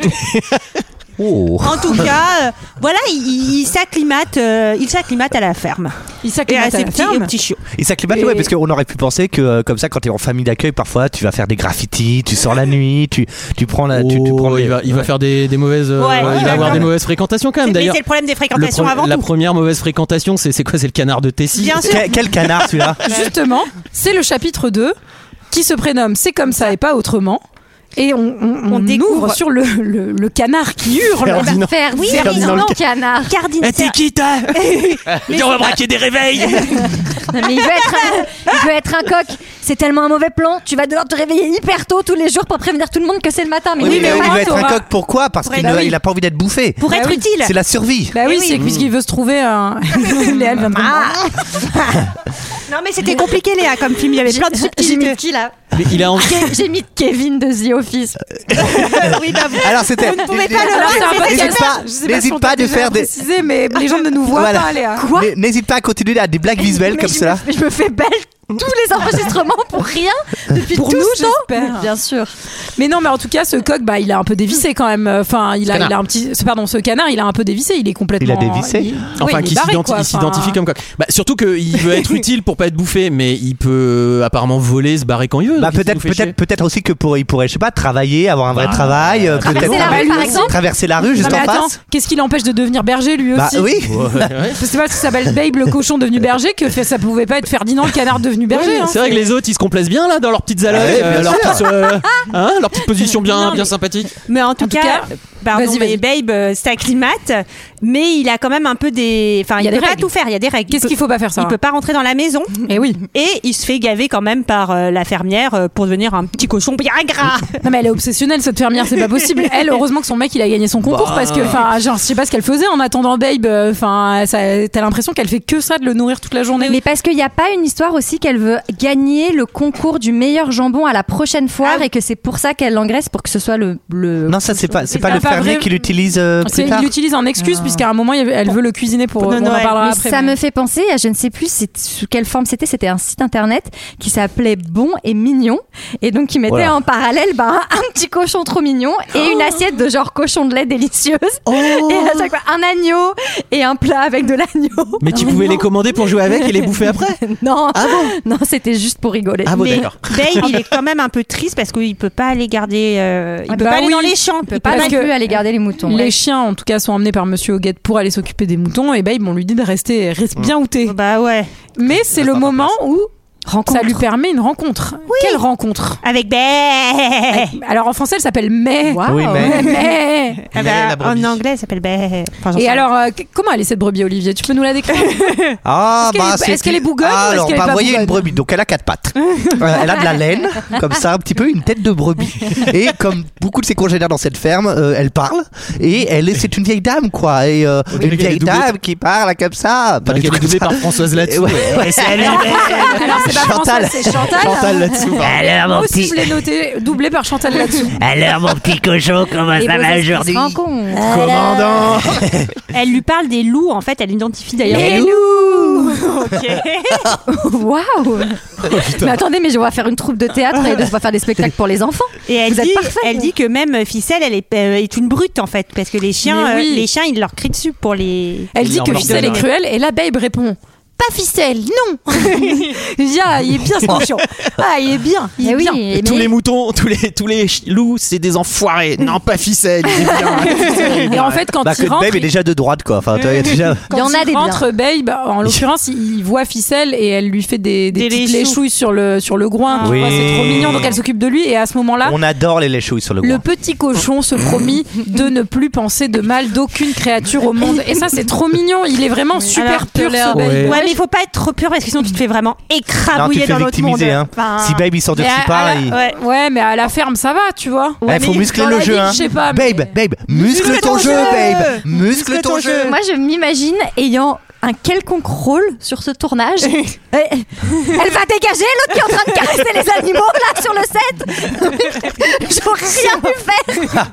En tout cas, euh, voilà, il, il s'acclimate, euh, il s'acclimate à la ferme.
Il
s'acclimate
à la ferme.
petits chiots.
Et ça climate, ouais, parce qu'on aurait pu penser que euh, comme ça, quand t'es en famille d'accueil, parfois tu vas faire des graffitis, tu sors la nuit, tu, tu prends la. tu, tu prends
Oh, il va, il va faire des, des mauvaises. euh,
Ouais,
il
ouais,
va avoir
quand
des
même.
mauvaises fréquentations quand même.
C'est- mais
D'ailleurs,
c'est le problème des fréquentations
pro-
avant
La
tout.
première mauvaise fréquentation, c'est c'est quoi C'est le canard de Tessie.
Bien sûr. Quel- quel
canard, celui-là
Justement, c'est le chapitre 2 qui se prénomme C'est comme ça et pas autrement. Et on, on, on ouvre sur le, le- le canard qui hurle.
Ferdinand.
Ferdinand,
Ferdinand le
canard. Eh,
Cardinal.
Viens, on va braquer
des réveils
Non, mais il veut être un, il veut être un coq. C'est tellement un mauvais plan. Tu vas devoir te réveiller hyper tôt tous les jours pour prévenir tout le monde que c'est le matin. Mais
Oui, mais,
au
il
moins,
va être un
t'auras-
coq, pourquoi Parce
Pour
qu'il
être-
ne-
oui.
il a pas envie d'être bouffé.
Pour être
Bah oui.
utile.
C'est la survie.
Bah oui,
Eh
c'est
oui.
puisqu'il veut se trouver un. Léa, elle vient de comprendre.
Non mais c'était compliqué Léa comme film, il y avait plein de
J'ai mis
subtilités.
qui là
Mais il a envie.
Ke- J'ai mis Kevin de The Office.
oui, bah,
Alors c'était.
Vous ne pouvez
N'hésite
pas le voir, c'est un podcast.
pas-
Je sais pas si
n'hésite
on
pas
t'a
de
déjà
faire des.
précisé, mais les gens ne nous voient
Voilà.
pas, Léa.
N- N'hésite pas à continuer à des blagues visuelles
Mais
comme
je
cela.
me- je me fais belle tous les enregistrements pour rien depuis
Pour
tout
nous,
ce temps.
j'espère.
Bien sûr.
Mais non, mais en tout cas, ce coq, bah, il a un peu dévissé quand même. Enfin, il a,
canard.
il a un petit. ce- Pardon, ce canard, il a un peu dévissé. Il est complètement.
Il a dévissé
il-
Enfin,
oui, il
qui
est barré,
s'identi-
quoi.
il s'identifie
Enfin,
comme quoi Bah, surtout qu'il veut être utile pour pas être bouffé, mais il peut euh, apparemment voler, se barrer quand il veut.
Bah
Donc, qu'est-ce qui
peut-être
vous fait
peut-être peut-être aussi que pour il pourrait je sais pas travailler avoir un vrai
Bah,
travail euh,
traverser
peut-être
la rue, par exemple.
traverser la rue juste
non, mais
en
attends,
face
qu'est-ce qui l'empêche de devenir berger lui
bah
aussi
oui
Je sais pas si ça s'appelle Babe le cochon devenu berger que fait- ça pouvait pas être Ferdinand le canard devenu
chier
berger. hein.
c'est vrai que les autres ils se complaisent bien là dans leur petites allées,
ouais, bien
leur,
sûr.
petite, euh, hein, leur petite position bien, bien sympathique.
Mais en tout,
tout
cas,
cas,
pardon,
vas-y, vas-y.
mais Babe euh, s'acclimate, mais il a quand même un peu des. Enfin,
Il
il,
y a
peut
des
pas
règles.
tout faire, il y a des règles. Il
Qu'est-ce
peut-
qu'il faut pas faire ça
Il peut pas rentrer dans la maison
Et oui.
et il se fait gaver quand même par euh, la fermière euh, pour devenir un petit cochon bien gras.
Non mais elle est obsessionnelle cette fermière, c'est pas possible. Elle, heureusement que son mec il a gagné son concours
Bah.
parce que, enfin, genre, je sais pas ce qu'elle faisait en attendant Babe. euh, Enfin, ça- t'as l'impression qu'elle fait que ça de le nourrir toute la journée.
Mais parce qu'il n'y a pas une histoire aussi qu'elle veut gagner le concours du meilleur jambon à la prochaine foire et que c'est pour ça qu'elle l'engraisse pour que ce soit le. le...
non ça c'est pas c'est
Mais
pas
ça
le
va
fermier
vrai-
qui l'utilise euh,
C'est-
plus tard
il l'utilise en
Ah.
excuse puisqu'à un moment il- elle veut le cuisiner pour.
Pour
on en
Noël.
parlera
Mais
après.
ça
mais-
me fait penser à je ne sais plus c'est- sous quelle forme c'était. C'était un site internet qui s'appelait Bon et Mignon et donc qui mettait
Voilà.
en parallèle ben, un petit cochon trop mignon et une assiette de genre cochon de lait délicieuse et à chaque fois un agneau et un plat avec de l'agneau.
Mais tu pouvais les commander pour jouer avec et les bouffer après.
Non, non, c'était juste pour rigoler.
Ah bon
Mais
d'accord.
Babe, il est quand même un peu triste parce qu'il peut pas aller garder. euh, il
Ah
peut
bah
pas aller
oui.
dans les champs.
On peut pas non
parce que-
plus aller garder les moutons.
Les
ouais.
chiens, en tout cas, sont emmenés par Monsieur Hoguette pour aller s'occuper des moutons et Babe, on lui dit de rester reste
Mmh.
bien où t'es.
Bah ouais.
Mais c'est le moment où ça lui permet une rencontre. Quelle rencontre
Avec Babe.
Alors en français, elle s'appelle Mais.
Waouh.
Oui, mais-
Mais.
Ah bah,
Mais la brebis.
en anglais, ça s'appelle Babe. Enfin, j'en sais
Et
rien.
alors, euh, qu- comment elle est cette brebis, Olivier Tu peux nous la décrire
ah
Est-ce qu'elle
bah
est-
c'est
est-ce qu'elle est bougonne ou est-ce
alors
qu'elle est
bah
pas
voyez une
bougonne
brebis donc elle a quatre pattes Euh, elle a de la laine comme ça un petit peu une tête de brebis et comme beaucoup de ses congénères dans cette ferme euh, elle parle et elle est c'est une vieille dame quoi et euh,
dirait
une
qu'elle est
vieille
doublée.
dame qui parle comme ça pas
Elle
du tout
est
comme
doublée
ça.
par Françoise
Et
Latsou.
ouais, ouais,
c'est elle.
Alors, c'est pas
Chantal.
Françoise, c'est Chantal. hein.
Chantal Latsou.
Moi aussi, je l'ai noté, doublé par Chantal là-dessous.
Alors mon petit cochon, comment
Et Moses qui se rencontre.
Ah
Commandant
Elle lui parle des loups, en fait, elle identifie d'ailleurs.
Les
loups
Waouh Mais attendez, mais on va faire une troupe de théâtre et on va faire des spectacles pour les enfants.
Et elle
Vous êtes
dit,
parfaite.
elle dit que même Ficelle, elle est, euh, est une brute, en fait, parce que les chiens,
Mais oui.
euh, les chiens, ils leur crient dessus pour les.
Elle
Il
dit
en
que
leur
Ficelle est
donne un.
cruelle et là, Babe répond pas ficelle, non. Je dis, ah, il est bien ce cochon. Ah, il est bien.
Eh
Il est bien.
Et tous les moutons, tous les, tous les ch- loups, c'est des enfoirés. Non, pas ficelle. il est hein. bien.
Et en fait, quand
bah,
il
Cut
rentre,
Babe est déjà de droite, quoi. Enfin, tu vois, il y a déjà.
Quand il, rentre, Babe, bah, en l'occurrence, il voit Ficelle et elle lui fait des, des, petites léchouilles sur le, sur le groin. tu
Oui.
vois, C'est trop mignon, donc elle s'occupe de lui. Et à ce moment-là,
On adore les léchouilles sur le
Bah, le
coin.
petit cochon se promit de ne plus penser de mal d'aucune créature au monde. Et ça, c'est trop mignon. Il est vraiment super
Alors,
pur,
Tolère.
ce Babe.
Ouais. mais il faut pas être trop pur parce que sinon tu te fais vraiment
Non, tu
écrabouiller
te fais
dans l'autre monde.
victimiser. Hein.
Enfin,
Si Babe il sort de
Mais à-
petit
à
pas,
la-
il.
ouais. Ouais, mais à la ferme, ça va, tu vois.
Eh, faut muscler le jeu, hein.
Je sais pas,
Babe, babe, muscle ton jeu, babe. Muscle ton jeu.
Euh, Moi, je m'imagine ayant un quelconque rôle sur ce tournage. Eh, Elle va dégager l'autre qui est en train de caresser les animaux là sur le set. J'aurais rien pu faire.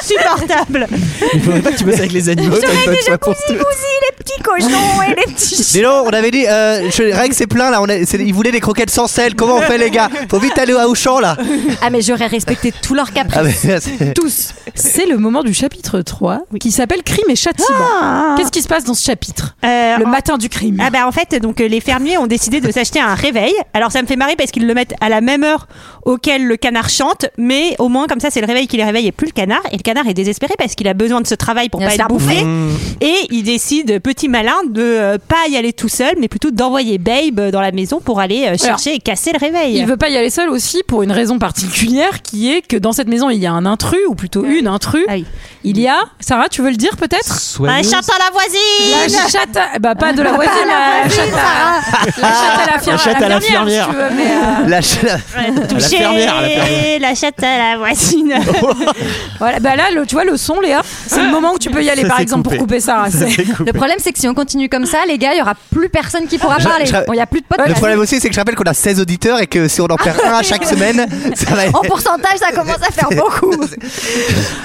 Insupportable.
Il faudrait pas que tu bosses avec les animaux. t'as une bonne fois pour tout.
les petits cochons et les petits
Mais non, on avait dit, euh, je, règle c'est plein là, on a, c'est- ils voulaient des croquettes sans sel, comment on fait les gars Faut vite aller à Auchan là
Ah, mais j'aurais respecté tous leurs caprices.
Ah, mais c'est-
Tous. C'est le moment du chapitre 3 qui s'appelle Crime et châtiment.
Ah.
Qu'est-ce qui se passe dans ce chapitre
Euh,
Le
en-
matin du crime.
Ah bah en fait donc euh, les fermiers ont décidé de s'acheter un réveil. Alors ça me fait marrer parce qu'ils le mettent à la même heure auquel le canard chante, mais au moins comme ça c'est le réveil qui les réveille et plus le canard. Et le canard est désespéré parce qu'il a besoin de ce travail pour
Il va
pas
se
être
faire
bouffé.
Mmh.
Et il décide petit malin de euh, pas y aller tout seul, mais plutôt d'envoyer Babe euh, dans la maison pour aller euh, chercher et casser le réveil.
Il veut pas y aller seul aussi pour une raison particulière qui est que dans cette maison il y a un intrus ou plutôt une intrus.
Ah
Il y a Sarah, tu veux le dire peut-être
Un chat à la
La
voisine.
chatte, à- bah pas de la voisine, la, chatte, à, la chatte à la fermière.
La chatte à la fermière.
si tu veux, mais, euh,
La ch- la-
Touché,
fermière, la fermière.
la chatte à la voisine.
voilà, bah là, le- tu vois le son, Léa, c'est le moment où tu peux y aller
Ça
par
s'est
exemple
coupé.
pour couper Sarah.
Ça
c'est-
s'est coupé.
Le problème, c'est que si on continue comme ça, les gars, il y aura plus personne qui pourra
Je-
parler.
je-
Bon, Il y a plus de
Le
podcast.
problème aussi, c'est que je rappelle qu'on a 16 auditeurs et que si on en perd un à chaque semaine, ça va être.
En pourcentage, ça commence à faire beaucoup.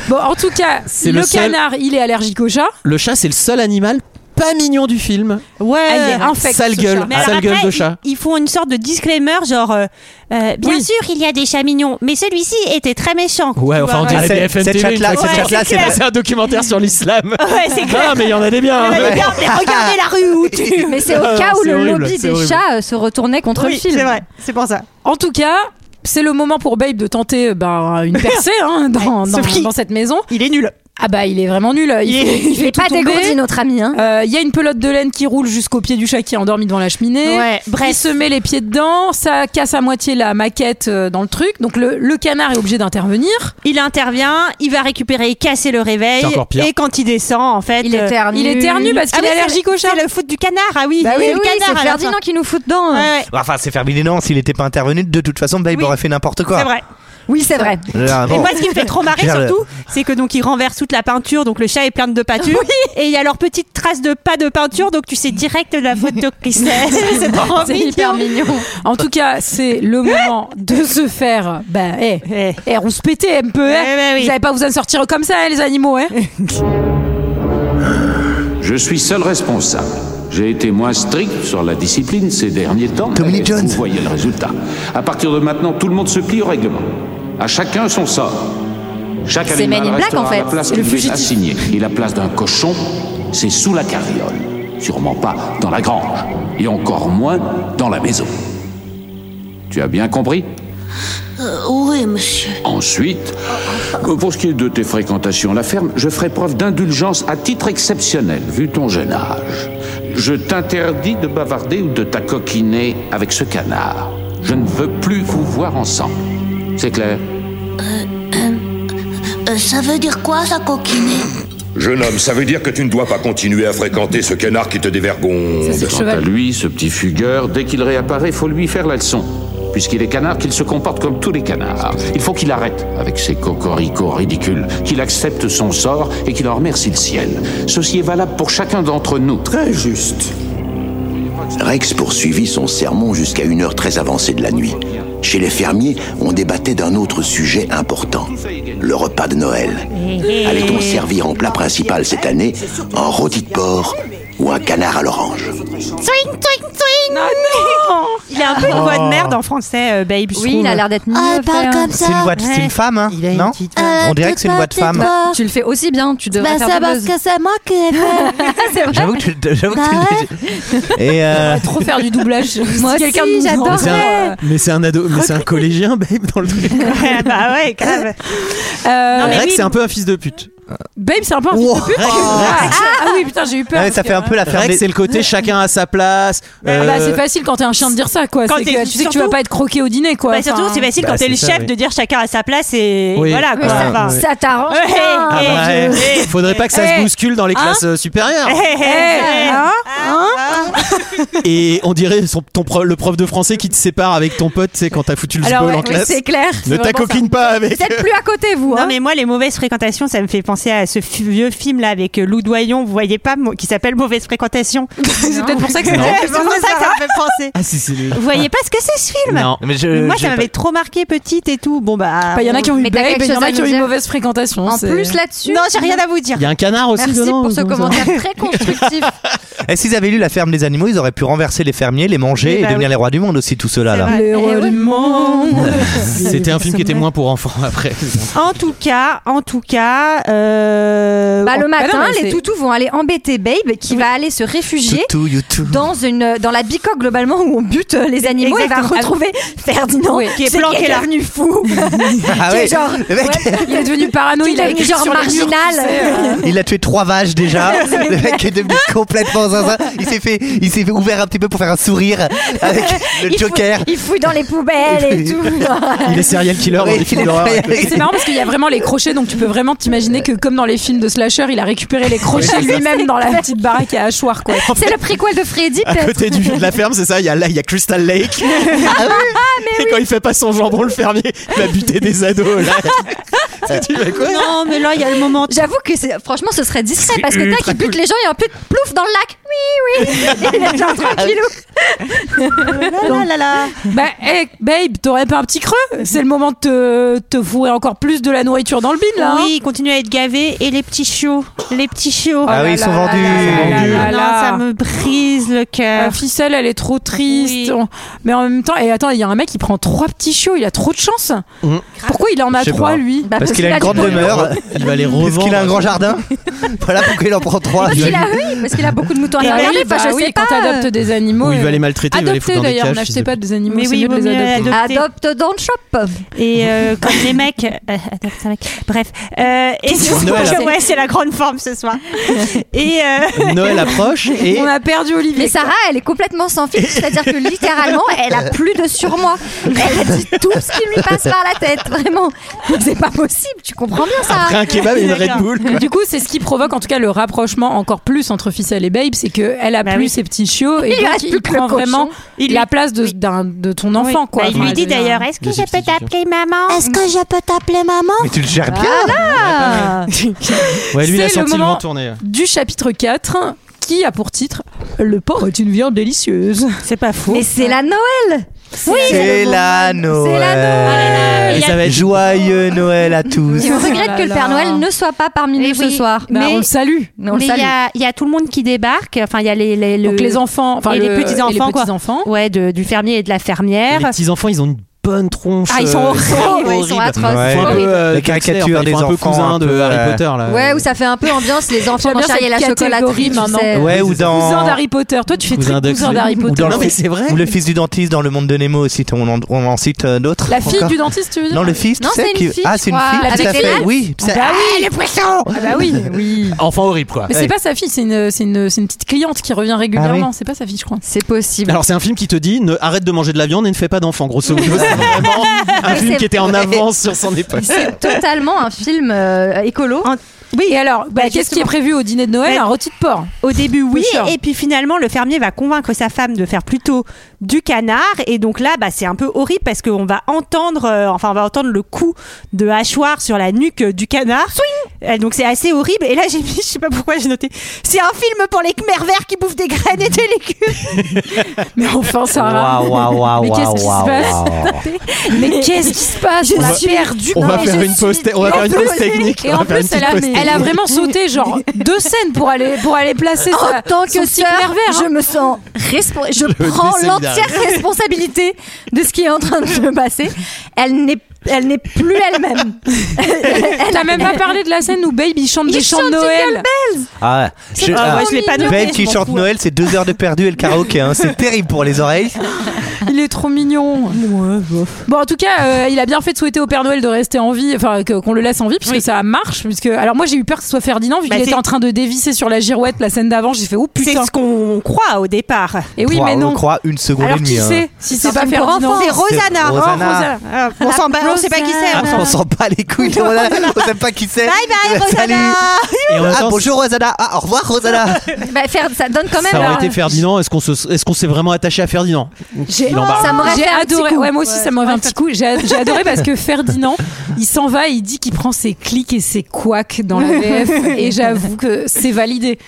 Bon, en tout cas,
C'est
le,
le seul-
canard, il est allergique au chat.
Le chat, c'est le seul animal pas mignon du film.
Ouais.
Ah, il est infect,
Sale
ce
gueule.
chat.
Mais
Ah,
alors
sale gueule
après,
de chat.
Ils, ils font une sorte de disclaimer, genre euh, euh, bien
Oui.
sûr il y a des chats mignons, mais celui-ci était très méchant.
Ouais,
Tu
enfin, on
vois, ouais.
dirait
cette-
BFM
cette
TV,
chatte-là,
une fois que
cette
ça-
chatte-là, c'est
c'est
vrai.
passé un documentaire sur l'islam.
Ouais, c'est clair.
Non, mais il y en a des biens.
Mais
hein.
regarde- mais regardez la rue où tu.
Mais c'est au
Ah,
cas où
c'est
le
horrible,
lobby
c'est
des
horrible.
chats euh, se retournait contre le
Oui,
film.
c'est vrai, c'est pour ça.
En tout cas, c'est le moment pour Babe de tenter euh, ben, une percée hein, dans,
Ouais,
dans-
sauf qu'il-
dans cette maison.
Il est nul.
Ah bah, il est vraiment nul. Il,
Il
fait,
est-
il
euh, Il
fait
n'est
tout
pas
tomber.
dégourdi, notre ami. Hein.
Euh, Il y a une pelote de laine qui roule jusqu'au pied du chat qui est endormi devant la cheminée.
Ouais, bref.
Il se met les pieds dedans, ça casse à moitié la maquette euh, dans le truc. Donc le, le canard est obligé d'intervenir.
Il intervient, il va récupérer et casser le réveil.
C'est encore pire.
Et quand il descend, en fait.
Il est
euh,
ternu.
Il éternue parce
Ah
qu'il
oui,
est
c'est-
allergique au chat.
C'est le foot du canard, ah oui.
Bah oui,
c'est le
oui, c'est
canard à la fin.
Ferdinand qui nous fout dedans.
Ouais, ouais,
Enfin, c'est Ferdinand, s'il n'était pas intervenu, de toute façon, Babe
Oui.
aurait fait n'importe quoi.
C'est vrai.
Oui, c'est vrai.
Là,
Et
bon.
moi, ce qui me fait trop marrer
Regarde.
surtout, c'est que donc il renverse toute la peinture, donc le chat est plein de peinture, et il y a leur petite trace de pas de peinture, donc tu sais direct la photo qui c'est. C'est
Oh,
trop
C'est
mignon.
hyper mignon. En tout cas, c'est le moment de se faire. Ben, eh,
Eh.
eh, on se pétait un peu, hein.
Eh ben oui.
Vous avez pas besoin de sortir comme ça, hein, les animaux, hein.
Je suis seul responsable. J'ai été moins strict sur la discipline ces derniers temps.
Dominique
mais
Jones.
Vous voyez le résultat. À partir de maintenant, tout le monde se plie au règlement. À chacun son sort. Chaque
C'est Men in
animal
Black,
restera
en
à
fait.
la place
C'est
qui
le
lui est
fugitif.
assignée. Et la place d'un cochon, c'est sous la carriole. Sûrement pas dans la grange. Et encore moins dans la maison. Tu as bien compris
oui, monsieur.
Ensuite, euh, pour ce qui est de tes fréquentations à la ferme, je ferai preuve d'indulgence à titre exceptionnel, vu ton jeune âge. Je t'interdis de bavarder ou de t'acoquiner avec ce canard. Je ne veux plus vous voir ensemble. C'est clair
ça veut dire quoi, ça coquiner
Jeune homme, ça veut dire que tu ne dois pas continuer à fréquenter ce canard qui te dévergonde.
C'est le
Quant à
cheval.
lui, ce petit fugueur, dès qu'il réapparaît, faut lui faire la leçon. Puisqu'il est canard, qu'il se comporte comme tous les canards. Il faut qu'il arrête avec ses cocoricots ridicules, qu'il accepte son sort et qu'il en remercie le ciel. Ceci est valable pour chacun d'entre nous.
Très juste. Rex poursuivit son sermon jusqu'à une heure très avancée de la nuit. Chez les fermiers, on débattait d'un autre sujet important, le repas de Noël. Allait-on servir en plat principal cette année un rôti de porc
ou un canard à l'orange.
Swing, swing, swing non, Il a un peu une voix de merde en français, euh, Babe. je
Oui, il a
trouve.
l'air d'être mieux Ah, il parle fait, comme hein. ça.
C'est une voix de- c'est une femme, hein, non On dirait que c'est une
Euh,
voix de femme.
Bah, tu le fais aussi bien, tu devrais
Bah,
faire
ça
des
parce
buzz.
que c'est moi qui ai fait.
C'est vrai.
J'avoue que tu, j'avoue que tu le- Et euh,
Trop faire du doublage.
Moi
Si quelqu'un
aussi,
nous entend,
Mais c'est
euh,
un, mais c'est un ado, mais c'est un collégien, babe, dans le truc.
Ouais, bah ouais, grave.
Euh,
Ah,
Rex, c'est un peu un fils de pute.
Babe, c'est un peu un fils de pute.
Rex.
Ah, ah oui, putain, j'ai eu peur.
Ouais,
parce que-
Rex, c'est le côté chacun à sa place.
Ah
euh,
bah, c'est facile quand t'es un chien de dire ça, quoi.
Quand
C'est
t'es-
que tu sais que tu vas
surtout-
pas être croqué au dîner, quoi.
Bah, surtout,
Enfin,
c'est facile
Bah,
quand t'es
c'est
le
ça,
chef
oui.
de dire chacun à sa place et
Oui.
voilà quoi.
Ouais, ça-
Enfin,
ça
t'arrange
Ouais,
ah
et-
bah,
et-
ouais. faudrait pas que ça
Eh.
se bouscule dans les
Hein
classes euh, supérieures.
Eh, eh,
hein,
Et on dirait son- ton pro- le prof de français qui te sépare avec ton pote, c'est quand t'as foutu le
Alors,
sbol
ouais,
en
ouais,
classe.
c'est clair, c'est
Ne
vraiment ça.
t'acoquine pas avec.
à côté, vous. Non, mais moi, les mauvaises fréquentations, ça me fait penser à ce fi- vieux film là avec euh, Lou Doyon, vous voyez pas, mo- qui s'appelle Mauvaise fréquentation. c'est peut-être pour ça
que ça- Non.
c'est pour ça que ça me fait penser.
Ah, si, c'est le-
Vous voyez pas ce que c'est ce film
Non. Mais je-
Moi,
je-
ça m'avait trop marqué petite et tout. Bon bah,
Bah, il y en a qui ont eu
Mais t'as
babe,
quelque
il y en
chose
a
à
qui ont
nous
eu
dire
mauvaise fréquentation.
En
c'est-
plus, là-dessus- Non, j'ai rien à vous dire.
Il y a un canard aussi
Merci
dedans.
pour ce
ou
euh,
comment ça
commentaire.
Très constructif.
et Eh, s'ils avaient lu La ferme des animaux, ils auraient pu renverser les fermiers, les manger
Oui,
et
bah
devenir
oui.
les rois du monde aussi, tout cela. Là.
Les rois du monde.
C'était un film qui était moins pour enfants après.
En tout cas, en tout cas, euh,
Bah,
Oh.
le
on- Ah non,
matin,
mais
les
c'est-
toutous vont aller embêter Babe qui va aller se réfugier
Toutou, youtou.
dans une dans la bicoque globalement où on bute euh, les animaux et va
Exactement.
retrouver Ferdinand
Oui.
tu sais, qui est devenu fou.
Ah
Qui est
ouais,
genre-
le mec,
Ouais, il est devenu parano,
Qui
il a
est devenu
écrit
genre
sur les murs, tu
marginal.
sais, euh,
Il a tué trois vaches déjà. le mec est devenu complètement zinzin. Il s'est fait, il s'est fait ouvert un petit peu pour faire un sourire avec le
Il fouille-
Joker.
il fouille dans les poubelles et tout.
Il est serial killer dans
Oui,
les films
il est
d'horreur.
serial
avec le-
C'est marrant parce qu'il y a vraiment les crochets, donc tu peux vraiment t'imaginer que, comme dans les films de slasher, il a récupéré les crochets
Ouais, c'est ça.
lui-même dans la petite baraque à hachoir, quoi.
C'est le préquel de Freddy
À
peut-être.
côté du, de la ferme, c'est ça, il y, a là, il y a Crystal Lake. Ah et quand il fait pas son jambon, le fermier il va buter des ados. Là. tu fais quoi
Non, mais là, il y a le moment.
J'avoue que c'est- franchement, ce serait discret
C'est
parce que tac,
ultra
il bute
cool.
les gens et un peu de plouf dans le lac. Oui, oui. Il est genre tranquillou.
Ah là, là, là.
Bah, hey, babe, t'aurais pas un petit creux C'est le moment de te, te fourrer encore plus de la nourriture dans le bin, là. hein.
Oui, continue à être gavé et les petits chiots, les petits chiots.
Ah oui, ils sont vendus.
Oh là
Ah,
Non,
là.
ça me brise le
La
cœur.
ficelle, elle est trop triste. On- Mais en même temps, et attends, il y a un mec qui prend trois petits chiots, il a trop de chance.
Mmh.
Pourquoi il en a
Je sais
trois,
pas.
lui
bah,
Bah,
Parce qu'il a une grande demeure.
Il va les
Parce
revendre.
qu'il a un grand jardin. Voilà pourquoi il en prend trois.
Parce qu'il a, oui, parce qu'il a beaucoup de moutons à
Et
regarder.
bah
Enfin, je
oui,
sais
quand
pas.
t'adoptes des animaux.
Ou il va
euh,
les maltraiter, il va les foutre
Adopter
dans des
d'ailleurs,
cages. fils
n'achetez
de
pas
pute.
des animaux,
Mais
c'est
oui,
mieux de
vaut
les
mieux
adopter.
adopter.
Adopte dans le shop.
Et euh, comme les mecs, euh, adopte un mec. Bref, euh, et
Noël approche.
ouais, c'est la grande forme ce soir. Et euh,
Noël approche et
On a perdu Olivier.
bah
Mais Sarah, elle est complètement sans filtre, c'est-à-dire que littéralement, elle a plus de surmoi. Elle a dit tout ce qui lui passe par la tête, vraiment. C'est pas possible, tu comprends bien
après
ça.
un kebab et bah, une Red
D'accord.
Bull. quoi.
Du coup, c'est ce qui provoque en tout cas le rapprochement encore plus entre Ficelle et Babe, c'est que elle a
Bah
plus
oui.
ses petits chiots et
Il lui
donc
reste
il
plus que le
prend
cochon.
vraiment
Il lui-
la place de, d'un- de ton enfant.
oui,
Quoi.
bah, il
Enfin,
lui dit
je veux dire,
d'ailleurs, est-ce que
Des
je peux
substitutions.
t'appeler maman
Est-ce que je peux t'appeler maman
Mais tu le gères bien.
Ouais, lui, il a
C'est
senti
le
le
moment-
vent tourner.
Du chapitre 4 qui a pour titre Le porc est une viande délicieuse.
C'est pas fou.
Mais c'est la Noël. Oui,
C'est la
C'est la Noël.
Et ça va être
Joyeux Noël à tous.
Et on
Oh
regrette
là
que le Père
là.
Noël ne soit pas parmi
Eh
nous ce
oui.
soir.
Bah,
Mais-
on le salue.
Mais on le
Mais il y,
salue.
a- il y a tout le monde qui débarque. Enfin, il y a les, les, le-
Donc les enfants, enfin
et les
le-
petits-enfants,
et les
quoi.
petits-enfants.
ouais, de- du fermier et de la
Les
fermière.
petits enfants, ils ont une bonne tronche.
Ah, ils sont
euh,
horribles.
Oh,
Ouais, ils sont
horribles.
atroces.
Ouais.
Ils font un peu, euh,
Les
Dexter,
caricatures
enfin, ils font
des
un peu
enfants,
cousin
un
de
peu,
Harry
euh,
Potter là.
Ouais, où ça fait un peu ambiance les enfants
J'aime
dans
bien
Charlie et la
cette
chocolaterie,
catégorie
tu
maintenant.
sais.
Ouais, ou
Cousin
dans.
d'Harry Potter. Toi, tu fais
Cousin
très
de-
cousin d'Harry
Ou
Potter.
dans
Non,
le,
mais c'est vrai.
ou le fils du dentiste dans le monde de Nemo aussi, on en, on en cite euh, d'autres.
La fille
encore.
du dentiste, tu veux dire
Non, le fils,
Non,
tu sais
c'est une
qui-
fille,
Ah,
je
c'est une
crois.
fille,
Avec
tout à
les
fait.
lames
Oui,
Ah
c'est-
bah oui,
les poissons
ah bah oui, oui.
Enfant horrible quoi.
Mais
Ouais.
c'est pas sa fille, c'est une, c'est une, c'est une petite cliente qui
Ah
revient régulièrement. C'est pas sa fille, je crois.
C'est possible.
Alors c'est un film qui te dit ne, arrête de manger de la viande et ne fais pas d'enfants grosso modo. C'est vraiment un
Oui,
film
c'est
qui était en
vrai.
avance sur son époque.
C'est totalement un film euh, écolo.
Oui, et alors, bah, qu'est-ce qui est
justement.
prévu au dîner de Noël
Mais-
Un rôti de porc.
Au début, oui.
Pusher.
Et puis finalement, le fermier va convaincre sa femme de faire plutôt du canard. Et donc là, bah, c'est un peu horrible parce qu'on va entendre, euh, enfin, on va entendre le coup de hachoir sur la nuque euh, du canard. Euh, donc c'est assez horrible. Et là, j'ai mis, je sais pas pourquoi j'ai noté, c'est un film pour les Khmer verts qui bouffent des graines et des légumes.
Mais enfin,
Ah,
Sarah.
Waouh, waouh, waouh,
Mais qu'est-ce qui
Ah, waouh,
se passe
waouh.
Mais qu'est-ce qui se passe
On va-
perdu.
on va
Non, mais
faire
je
une
suis-
pause te- on va
Et
faire
en
une
plus-
pause technique,
Et
on va
en
faire une
plus,
petite
elle a,
pause
mais-
technique.
elle a vraiment sauté genre deux scènes pour aller pour aller placer
En
sa-
tant
son
que
petit
sœur,
clair vert, hein.
je me sens responsable. Je
Je
prends
désolidarise.
l'entière responsabilité de ce qui est en train de se passer. Elle n'est elle n'est plus elle-même.
T'as même pas parlé de la scène où Baby chante des chants de Noël.
Ah,
C'est pas
ah,
vrai, je l'ai pas noté,
Babe
je
qui
m'en
chante
fous.
Noël, c'est deux heures de perdu et le karaoké. hein. C'est terrible pour les oreilles.
Il est trop mignon. Bon, en tout cas, euh, il a bien fait de souhaiter au Père Noël de rester en vie, enfin que- qu'on le laisse en vie, puisque ça marche. Puisque alors moi j'ai eu peur que ce soit Ferdinand vu
Bah,
qu'il était
c'est-
en train de dévisser sur la girouette la scène d'avant. J'ai fait oh putain.
C'est ce qu'on croit au départ.
Et oui,
Crois-
mais non.
On croit une seconde
Alors
et demie.
qui
hein.
sait si c'est
C'est
pas
une
Ferdinand
enfant. C'est Rosanna.
C'est
Oh,
Rosanna.
Rosanna. Ah, On s'en bat, on sait pas qui c'est.
Ah, on s'en bat les couilles. de Rosanna. On sait pas qui c'est.
Bye bye,
Salut.
Rosanna.
Et en même
Ah,
temps,
bonjour Rosanna. Ah, au revoir Rosanna.
Bah, faire- ça donne quand même.
ça aurait
leur-
été Ferdinand. Est-ce qu'on se- est-ce qu'on s'est vraiment attaché à Ferdinand
J'ai
Il embarque.
Ça m'aurait
J'ai
fait un petit
adoré.
coup.
Ouais, moi aussi, ça m'aurait fait un petit coup. J'ai j'ai adoré parce que Ferdinand, il s'en va, et il dit qu'il prend ses clics et ses couacs dans la VF. et j'avoue que c'est validé.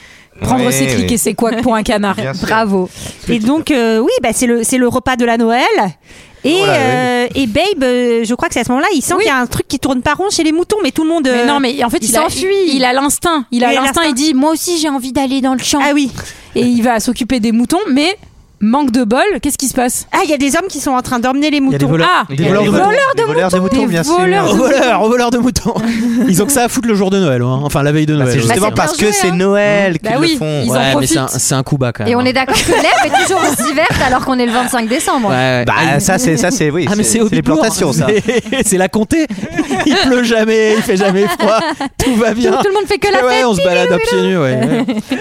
Prendre
Ouais,
ses clics
ouais.
et ses couacs pour un canard.
Bien sûr.
Bravo.
Et donc, euh, oui, bah, c'est le, c'est le repas de la Noël. Et,
Oh là,
euh, et Babe, euh, je crois que c'est à ce moment-là, il sent qu'il y a un truc qui tourne pas rond chez les moutons, mais tout le monde.
Mais
euh,
non, mais en fait, il, a-
s'enfuit.
Il, il a l'instinct. Il a
Il a
l'instinct. Il
l'instinct.
dit, moi aussi, j'ai envie d'aller dans le champ.
Ah oui.
Et il va s'occuper des moutons, mais manque de bol. Qu'est-ce qui se passe
Ah, il y a des hommes qui sont en train d'emmener les moutons.
Ah,
des voleurs de moutons.
voleurs de
voleurs de moutons, bien sûr. Bah,
Aux voleurs, aux voleurs de moutons. Ils ont que ça à foutre le jour de Noël, hein. enfin la veille de Noël.
c'est justement Bah, c'est parce bien que joué, c'est hein. Noël
qu'ils
Bah qu'ils oui, le font. ils en
ouais, mais
profitent.
c'est un, c'est un coup bas quand même. hein.
Et on est d'accord que l'herbe est toujours aussi verte alors qu'on est le 25 décembre.
Bah, ça, c'est- ça, c'est- oui,
Ah, mais
c'est-
c'est
c'est
Hobbibourg.
les plantations, ça.
C'est- C'est la comté. Il pleut jamais, il fait jamais froid, tout va bien.
Tout- tout le monde fait que la
Ouais,
fête,
on se balade à pieds nus, ouais. ouais.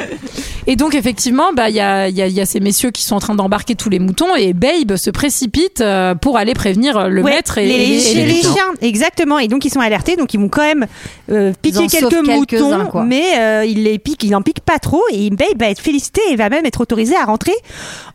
Et donc, effectivement, bah, il y, a, il y a- il y a ces messieurs qui sont en train d'embarquer tous les moutons et Babe se précipite euh, pour aller prévenir le
Ouais,
maître et
les,
et- et
chez les chiens, exactement. Et donc ils sont alertés, donc ils vont quand même euh,
Ils
piquer
en sauvent
quelques
quelques-uns,
moutons,
quoi.
mais euh, il les pique, il en pique pas trop. Et Babe va être félicité et va même être autorisé à rentrer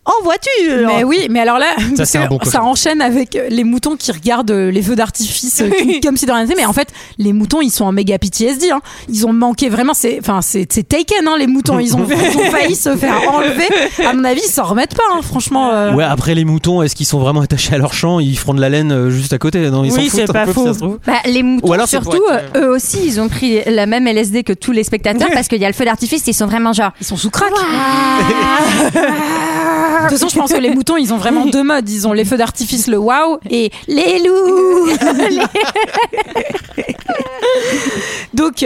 en voiture.
Mais oui, mais alors là,
Ça,
parce
c'est un
que
bon
ça
cochon.
enchaîne avec euh, les moutons qui regardent euh, les feux d'artifice euh, qui- comme si de rien n'était. Mais en fait, les moutons, ils sont en méga PTSD. Hein. Ils ont manqué vraiment. C'est, enfin, c'est, c'est Taken. Hein, les moutons, ils ont, ils ont failli se faire enlever. À mon avis, ils s'en remettent pas. hein, franchement. euh.
Ouais, après les moutons, est-ce qu'ils sont vraiment attachés à leur champ Ils feront de la laine euh, juste à côté. Non, ils s'en
Oui,
foutent hein.
c'est
un
pas
peu, si
faux.
ça se trouve.
Bah, les moutons,
Ou alors, c'est pour
surtout,
être,
euh, eux aussi, ils ont pris la même LSD que tous les spectateurs parce qu'il y a le feu d'artifice, ils sont vraiment genre.
Ils sont sous crack. De toute façon, je pense que les moutons, ils ont vraiment deux modes. Ils ont les feux d'artifice, le wow, et les loups. Les- Donc,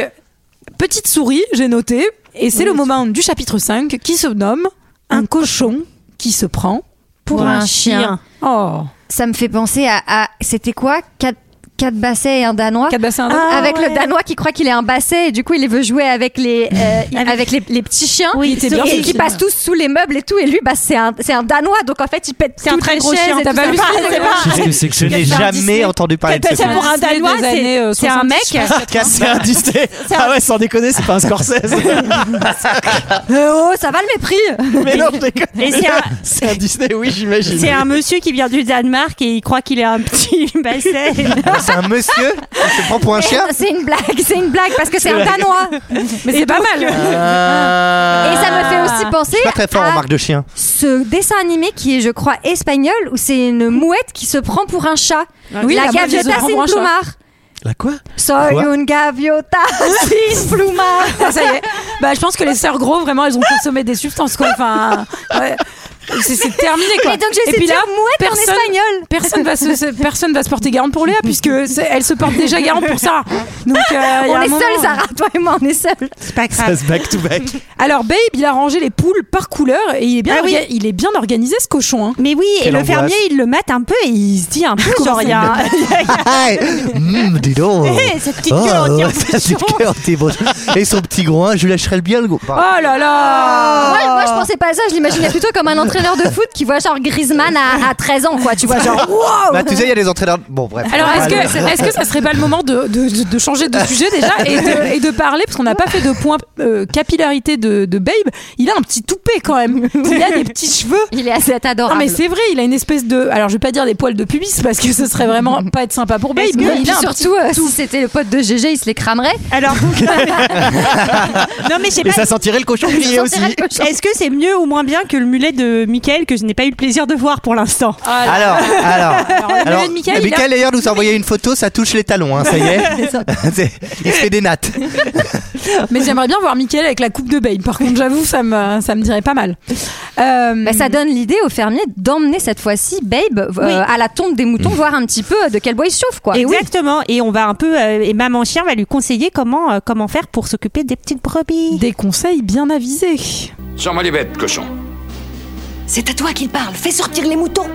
petite souris, j'ai noté. Et c'est le moment du chapitre 5 qui se nomme Un cochon qui se prend
Pour un chien.
Oh.
Ça me fait penser à. à- C'était quoi quatre, quatre bassets et un danois
Quatre bassins, un danois.
Avec
Ah ouais.
le danois qui croit qu'il est un basset et du coup il veut jouer avec les, euh, avec, les, les petits chiens
Oui, il était bien,
et
ce
qui
film.
passent tous sous les meubles et tout. Et lui, bah, c'est un, c'est un danois donc en fait il pète
C'est un
toutes
très
les
gros
chaises
chien,
et
t'as
tout
pas
ça.
vu ça, c'est pas-
Qu'est-ce que c'est que je n'ai
C'est un
jamais
Disney.
entendu parler de
T'as-
ce
t'as-
film.
pour un Danois,
des années,
c'est
euh,
c'est un mec.
70, je crois.
C'est un Disney. Ah ouais, sans déconner, c'est pas un Scorsese.
Euh, oh, ça va le mépris
Mais non, je déconne.
Et c'est un-
C'est un Disney, oui, j'imagine.
C'est un monsieur qui vient du Danemark et il croit qu'il est un petit basset.
C'est un monsieur qui se prend pour un chien.
C'est une blague, c'est une blague parce que c'est
C'est
un
vrai.
danois.
Mais c'est pas mal.
Ah.
Euh,
Et ça me fait aussi
Je
penser
suis pas très fort
à
en marque de chien.
ce dessin animé qui est, je crois, espagnol où c'est une mouette qui se prend pour un chat.
Ah Oui,
la
la mouette qui se
gaviota,
prend
c'est
pour
une
un chat.
plumard.
La quoi
Soy
Quoi
une gaviota, c'est une plumard.
euh,
Ah, ça y est. Bah, je pense que les sœurs gros, vraiment, elles ont consommé des substances, quoi. Enfin, ouais. c'est, c'est terminé, quoi.
Mais donc, j'essaie de dire mouette en espagnol.
Personne va se, se- personne va se porter garant pour Léa, puisque c'est- elle se porte déjà garant pour ça. Donc, euh, il y a
on
un
est
moment-
seuls, Sarah, toi et moi, on est seuls.
C'est pas
Ça se back to back.
Alors, Babe, il a rangé les poules par couleur et il est bien,
Ah oui.
orga- il est bien organisé, ce cochon. hein.
Mais oui, et
Quelle
le
angoisse.
fermier, il le mate un peu et il se dit un peu genre, il y a-
Hum, dis donc. Ah,
Eh, cette petite queue en tire
ça, Oh, cette queue en tire bon. Et son petit groin, je lâcherais le bien le Bah, gros.
Oh là là
Moi, moi, je pensais pas à ça, je l'imaginais plutôt comme un entraîneur de foot qui voit genre Griezmann à, à 13 ans, quoi. Tu vois, genre, wow
Bah, tu sais, il y a des entraîneurs. Bon, bref.
Alors, est-ce que,
Allez.
est-ce que ça serait pas le moment de, de- de- de changer de sujet déjà et de, et de parler Parce qu'on n'a pas fait de point euh, capillarité de, de Babe. Il a un petit toupet quand même. Il a des petits cheveux.
Il est assez
Non,
adorable.
mais c'est vrai, il a une espèce de. Alors, je vais pas dire des poils de pubis parce que ce serait vraiment pas être sympa pour Babe.
Et
Mais il
puis
a un
surtout, euh, si c'était le pote de GG, il se les cramerait.
Alors, non mais je sais
Et
pas.
ça sentirait le cochon grillé aussi.
Est-ce que c'est mieux ou moins bien que le mulet de
Michael que je n'ai pas eu le plaisir de voir pour l'instant.
Alors, alors,
le
alors,
neveu de Michael, il a-
d'ailleurs nous a envoyé une photo, ça touche les talons, hein, ça y est.
C'est ça.
C'est- il se fait des nattes.
Mais j'aimerais bien voir Mickaël avec la coupe de Babe. Par contre, j'avoue, ça me, ça me dirait pas mal. Euh,
Bah, ça donne l'idée aux fermiers d'emmener cette fois-ci Babe euh,
Oui.
à la tombe des moutons, voir un petit peu euh, de quel bois il se chauffe. Quoi.
Exactement. Et on va un peu. euh, et maman chien va lui conseiller comment, euh, comment faire pour s'occuper des petites brebis.
Des conseils bien avisés.
Sors-moi les bêtes, cochon.
C'est à toi qu'il parle, fais sortir les moutons.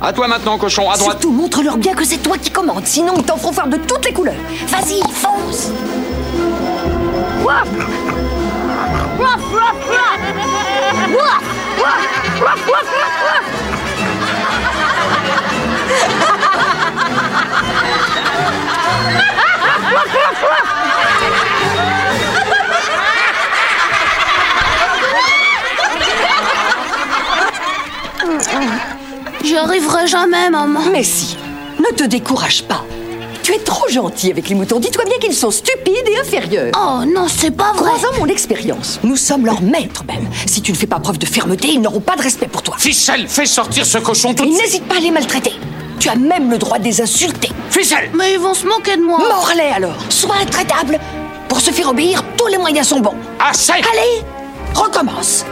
À toi maintenant, cochon, à droite.
Surtout montre-leur bien que c'est toi qui commande, sinon ils t'en feront faire de toutes les couleurs. Vas-y, fonce Wouah Wouah, wouah, wouah Wouah, wouah, wouah, wouah, wouah, wouah. Wouah, wouah, wouah.
J'y arriverai jamais, maman.
Mais si, ne te décourage pas. Tu es trop gentil avec les moutons. Dis-toi bien qu'ils sont stupides et inférieurs.
Oh non, c'est pas vrai.
Crois en mon expérience. Nous sommes leurs maîtres même. Si tu ne fais pas preuve de fermeté, ils n'auront pas de respect pour toi.
Ficelle, fais sortir ce cochon tout
Et
de suite.
n'hésite pas à les maltraiter. Tu as même le droit de les insulter.
Ficelle
Mais ils vont se moquer de moi.
Morlaix alors. Sois intraitable. Pour se faire obéir, tous les moyens sont bons.
Assez
Allez, recommence.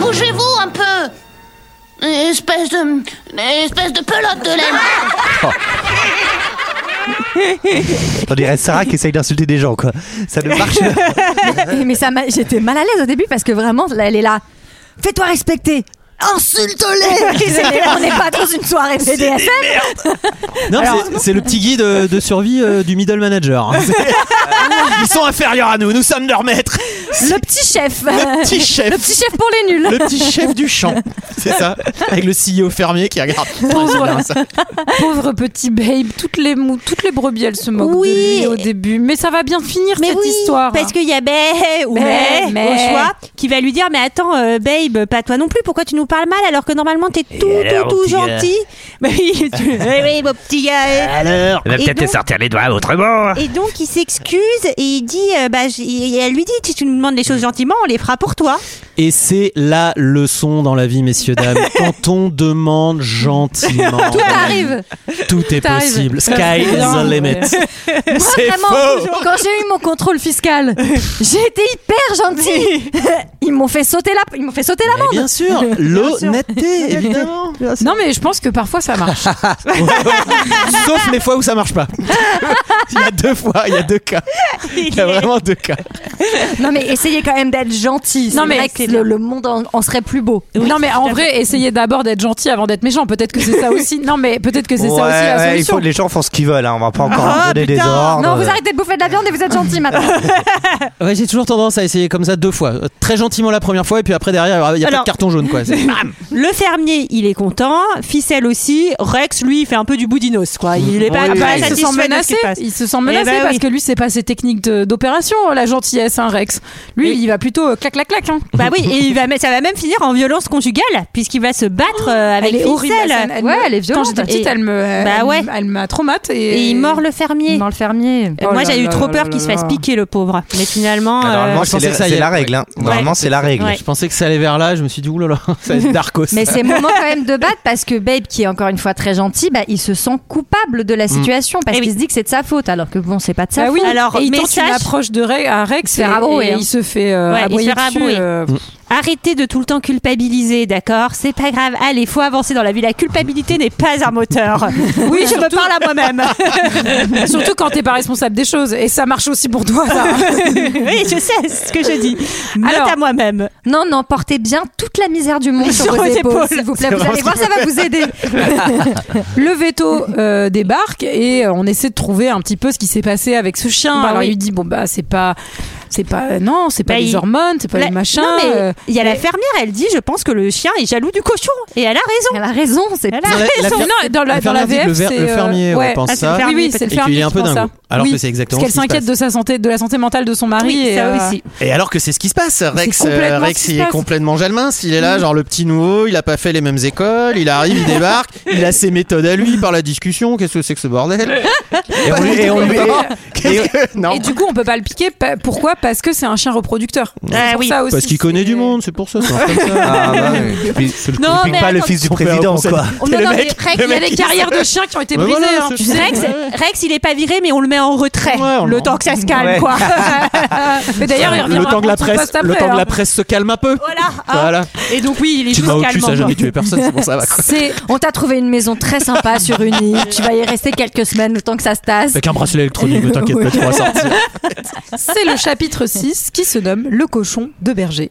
Bougez-vous un peu. Espèce de. Espèce de pelote de laine.
On dirait Sarah qui essaye d'insulter des gens, quoi. Ça ne marche pas.
mais ça m'a- j'étais mal à l'aise au début parce que vraiment, là, elle est là. Fais-toi respecter. Insulte-les. C'est- On n'est pas dans une soirée BDSM.
Non, c'est- c'est le petit guide euh, de survie euh, du middle manager. hein. C'est- Ils sont inférieurs à nous, nous sommes leurs maîtres.
Le petit chef.
Le petit chef.
Le petit chef pour les nuls.
Le petit chef du champ, c'est ça, avec le CEO fermier qui regarde. Putain, c'est bien, ça.
Pauvre petit Babe. Toutes les, mou- toutes les brebis, elles se moquent de lui au début. Mais ça va bien finir cette histoire.
Parce qu'il y a Babe ou
Mais,
mais,
mais.
au choix qui va lui dire mais attends euh, Babe pas toi non plus pourquoi tu nous parles mal alors que normalement t'es tout
alors,
tout
mon
tout
petit euh, gars
gentil. Bah oui, tu- oui, oui, mon petit gars.
Alors On va
Et
peut-être te
donc-
sortir les doigts autrement.
Et donc il s'excuse et il dit euh, bah j- et elle lui dit si tu nous demandes les choses gentiment on les fera pour toi.
Et c'est la leçon dans la vie, messieurs dames. Quand on demande gentiment,
Tout
Ah,
arrive.
tout est
Tout arrive.
possible. Sky is the limit.
Moi,
C'est
vraiment,
faux.
Oh, quand j'ai eu mon contrôle fiscal, j'ai été hyper gentille. Ils m'ont fait sauter la, ils m'ont fait sauter l'amende.
bien sûr, l'honnêteté, évidemment.
Non, mais je pense que parfois ça marche.
Sauf les fois où ça marche pas. Il y a deux fois, il y a deux cas. Il y a vraiment deux cas.
Non mais essayez quand même d'être gentil.
Non,
Non
mais
mais
c'est
le, le monde en, en serait plus beau.
non mais en vrai, essayez d'abord d'être gentil avant d'être méchant. Peut-être que c'est ça aussi. Non mais peut-être que c'est ça
Ouais,
aussi la
ouais, il
solution.
faut, les gens font ce qu'ils veulent, hein, on va pas encore leur donner des ordres.
Non, vous arrêtez de bouffer de la viande et vous êtes gentil maintenant.
Ouais, j'ai toujours tendance à essayer comme ça deux fois. Euh, Très gentiment la première fois, et puis après derrière, il y a pas de
Alors-
carton jaune quoi. C'est- Bam
Le fermier, il est content. Ficelle aussi. Rex, lui, il fait un peu du boudinos, quoi. Il est pas,
Ah bah,
pas
il se
satisfait
sent
de ce
menacé.
qui se passe.
Il se sent
Eh
menacé
bah
parce
oui.
que lui, c'est pas ses techniques de- d'opération, la gentillesse, hein, Rex. Lui, il va plutôt euh, clac clac clac. hein.
Bah oui, et il va, mais ça va même finir en violence conjugale, puisqu'il va se battre euh, avec
elle est
Ficelle.
horrible. la scène. Elle
Ouais,
me-
elle est violente.
Quand j'étais petite,
Et-
elle me, elle-
Bah ouais.
elle m'a traumatisée. Et... Oh
Et il mord le fermier.
le fermier.
Euh, Moi, j'ai eu trop peur qu'il se fasse piquer, le pauvre. Mais finalement.
Ah, normalement,
euh,
c'est la- c'est la règle, hein. Normalement, c'est la règle. Ouais.
Je pensais que ça allait vers là, je me suis dit oulala, ça va être Darkos.
Mais c'est moment quand même de battre parce que Babe, qui est encore une fois très gentil, bah, il se sent coupable de la situation parce qu'il se dit que c'est de sa faute alors que bon, c'est pas de sa
Bah
Ah oui.
faute.
Alors, et il tente
message-
une approche de Rex, à Rex
se fait
et-
rabrouer,
et
hein.
il se fait euh,
Ouais, il se
aboyer
fait
dessus,
rabrouer.
euh,
Arrêtez de tout le temps culpabiliser, d'accord C'est pas grave. Allez, faut avancer dans la vie. La culpabilité n'est pas un moteur. Oui, je me parle à moi-même.
Surtout quand t'es pas responsable des choses. Et ça marche aussi pour toi, ça.
oui, je sais c'est ce que je dis. Note à moi-même.
Non, non, portez bien toute la misère du monde sur,
Sur
vos
les
épaules,
épaules.
s'il vous plaît.
C'est
Vous allez
vraiment
voir,
ce
ça va
qu'il
vous aider.
Le veto euh, débarque et euh, on essaie de trouver un petit peu ce qui s'est passé avec ce chien.
Bah
Alors
oui.
il lui dit bon bah c'est pas
C'est pas euh, non, c'est pas
Bah,
les
il-
hormones, c'est pas
La-
les machins.
Non, mais
euh,
il y a la fermière, elle dit Je pense que le chien est jaloux du cochon. Et elle a raison.
Elle a raison, c'est
Elle a
Non, la- la
raison.
fer-
Non, dans la- dans la
fermière dit que le
VF,
ver-
c'est,
le
euh,
fermier
ouais.
pense
Ah, c'est le
ça.
fermier, Oui, oui, c'est le
et qu'il
fermier
est un
qui
peu
pense
dingo.
ça.
Alors
Oui,
que c'est exactement
Parce
ce
qu'elle
qui se
s'inquiète
passe.
de sa santé, de la santé mentale de son mari.
Oui,
et,
ça
euh,
aussi.
Et alors que c'est ce qui se passe, Rex,
C'est complètement
euh,
ce
Rex
qui se
il est
passe.
complètement jalmin, il est là, genre le petit nouveau, il a pas fait les mêmes écoles, il arrive, il débarque, il a ses méthodes à lui par la discussion, qu'est-ce que c'est que ce bordel Et on lui- et on lui- et- non.
Et du coup, on peut pas le piquer. pa- Pourquoi Parce que c'est un chien reproducteur. C'est pour ça aussi.
Parce qu'il connaît du monde, c'est pour ça.
Ah, bah oui.
Non,
on pique
mais
pas le
attends,
fils du
on fait un
président,
conseil.
quoi.
Oh, non, non, mais Rex, il y a des carrières de chiens qui ont
Bah
été brisées. hein. Tu sais,
Rex, Rex, il est pas viré, mais on le met en retrait. le temps que ça se calme,
Ouais.
quoi.
mais d'ailleurs, il
le
reviendra
temps que la
prendre son
presse,
poste
le
après,
temps que
hein.
la presse se calme un peu. Voilà.
Et donc oui, il est
Tu te
juste
mets au cul,
calme.
ça a jamais tué personne, c'est bon, ça va. Quoi.
C'est- on t'a trouvé une maison très sympa sur une île. Tu vas y rester quelques semaines le temps que ça se tasse.
Avec un bracelet électronique, ne t'inquiète pas, tu vas sortir.
C'est le chapitre 6 qui se nomme Le cochon de berger.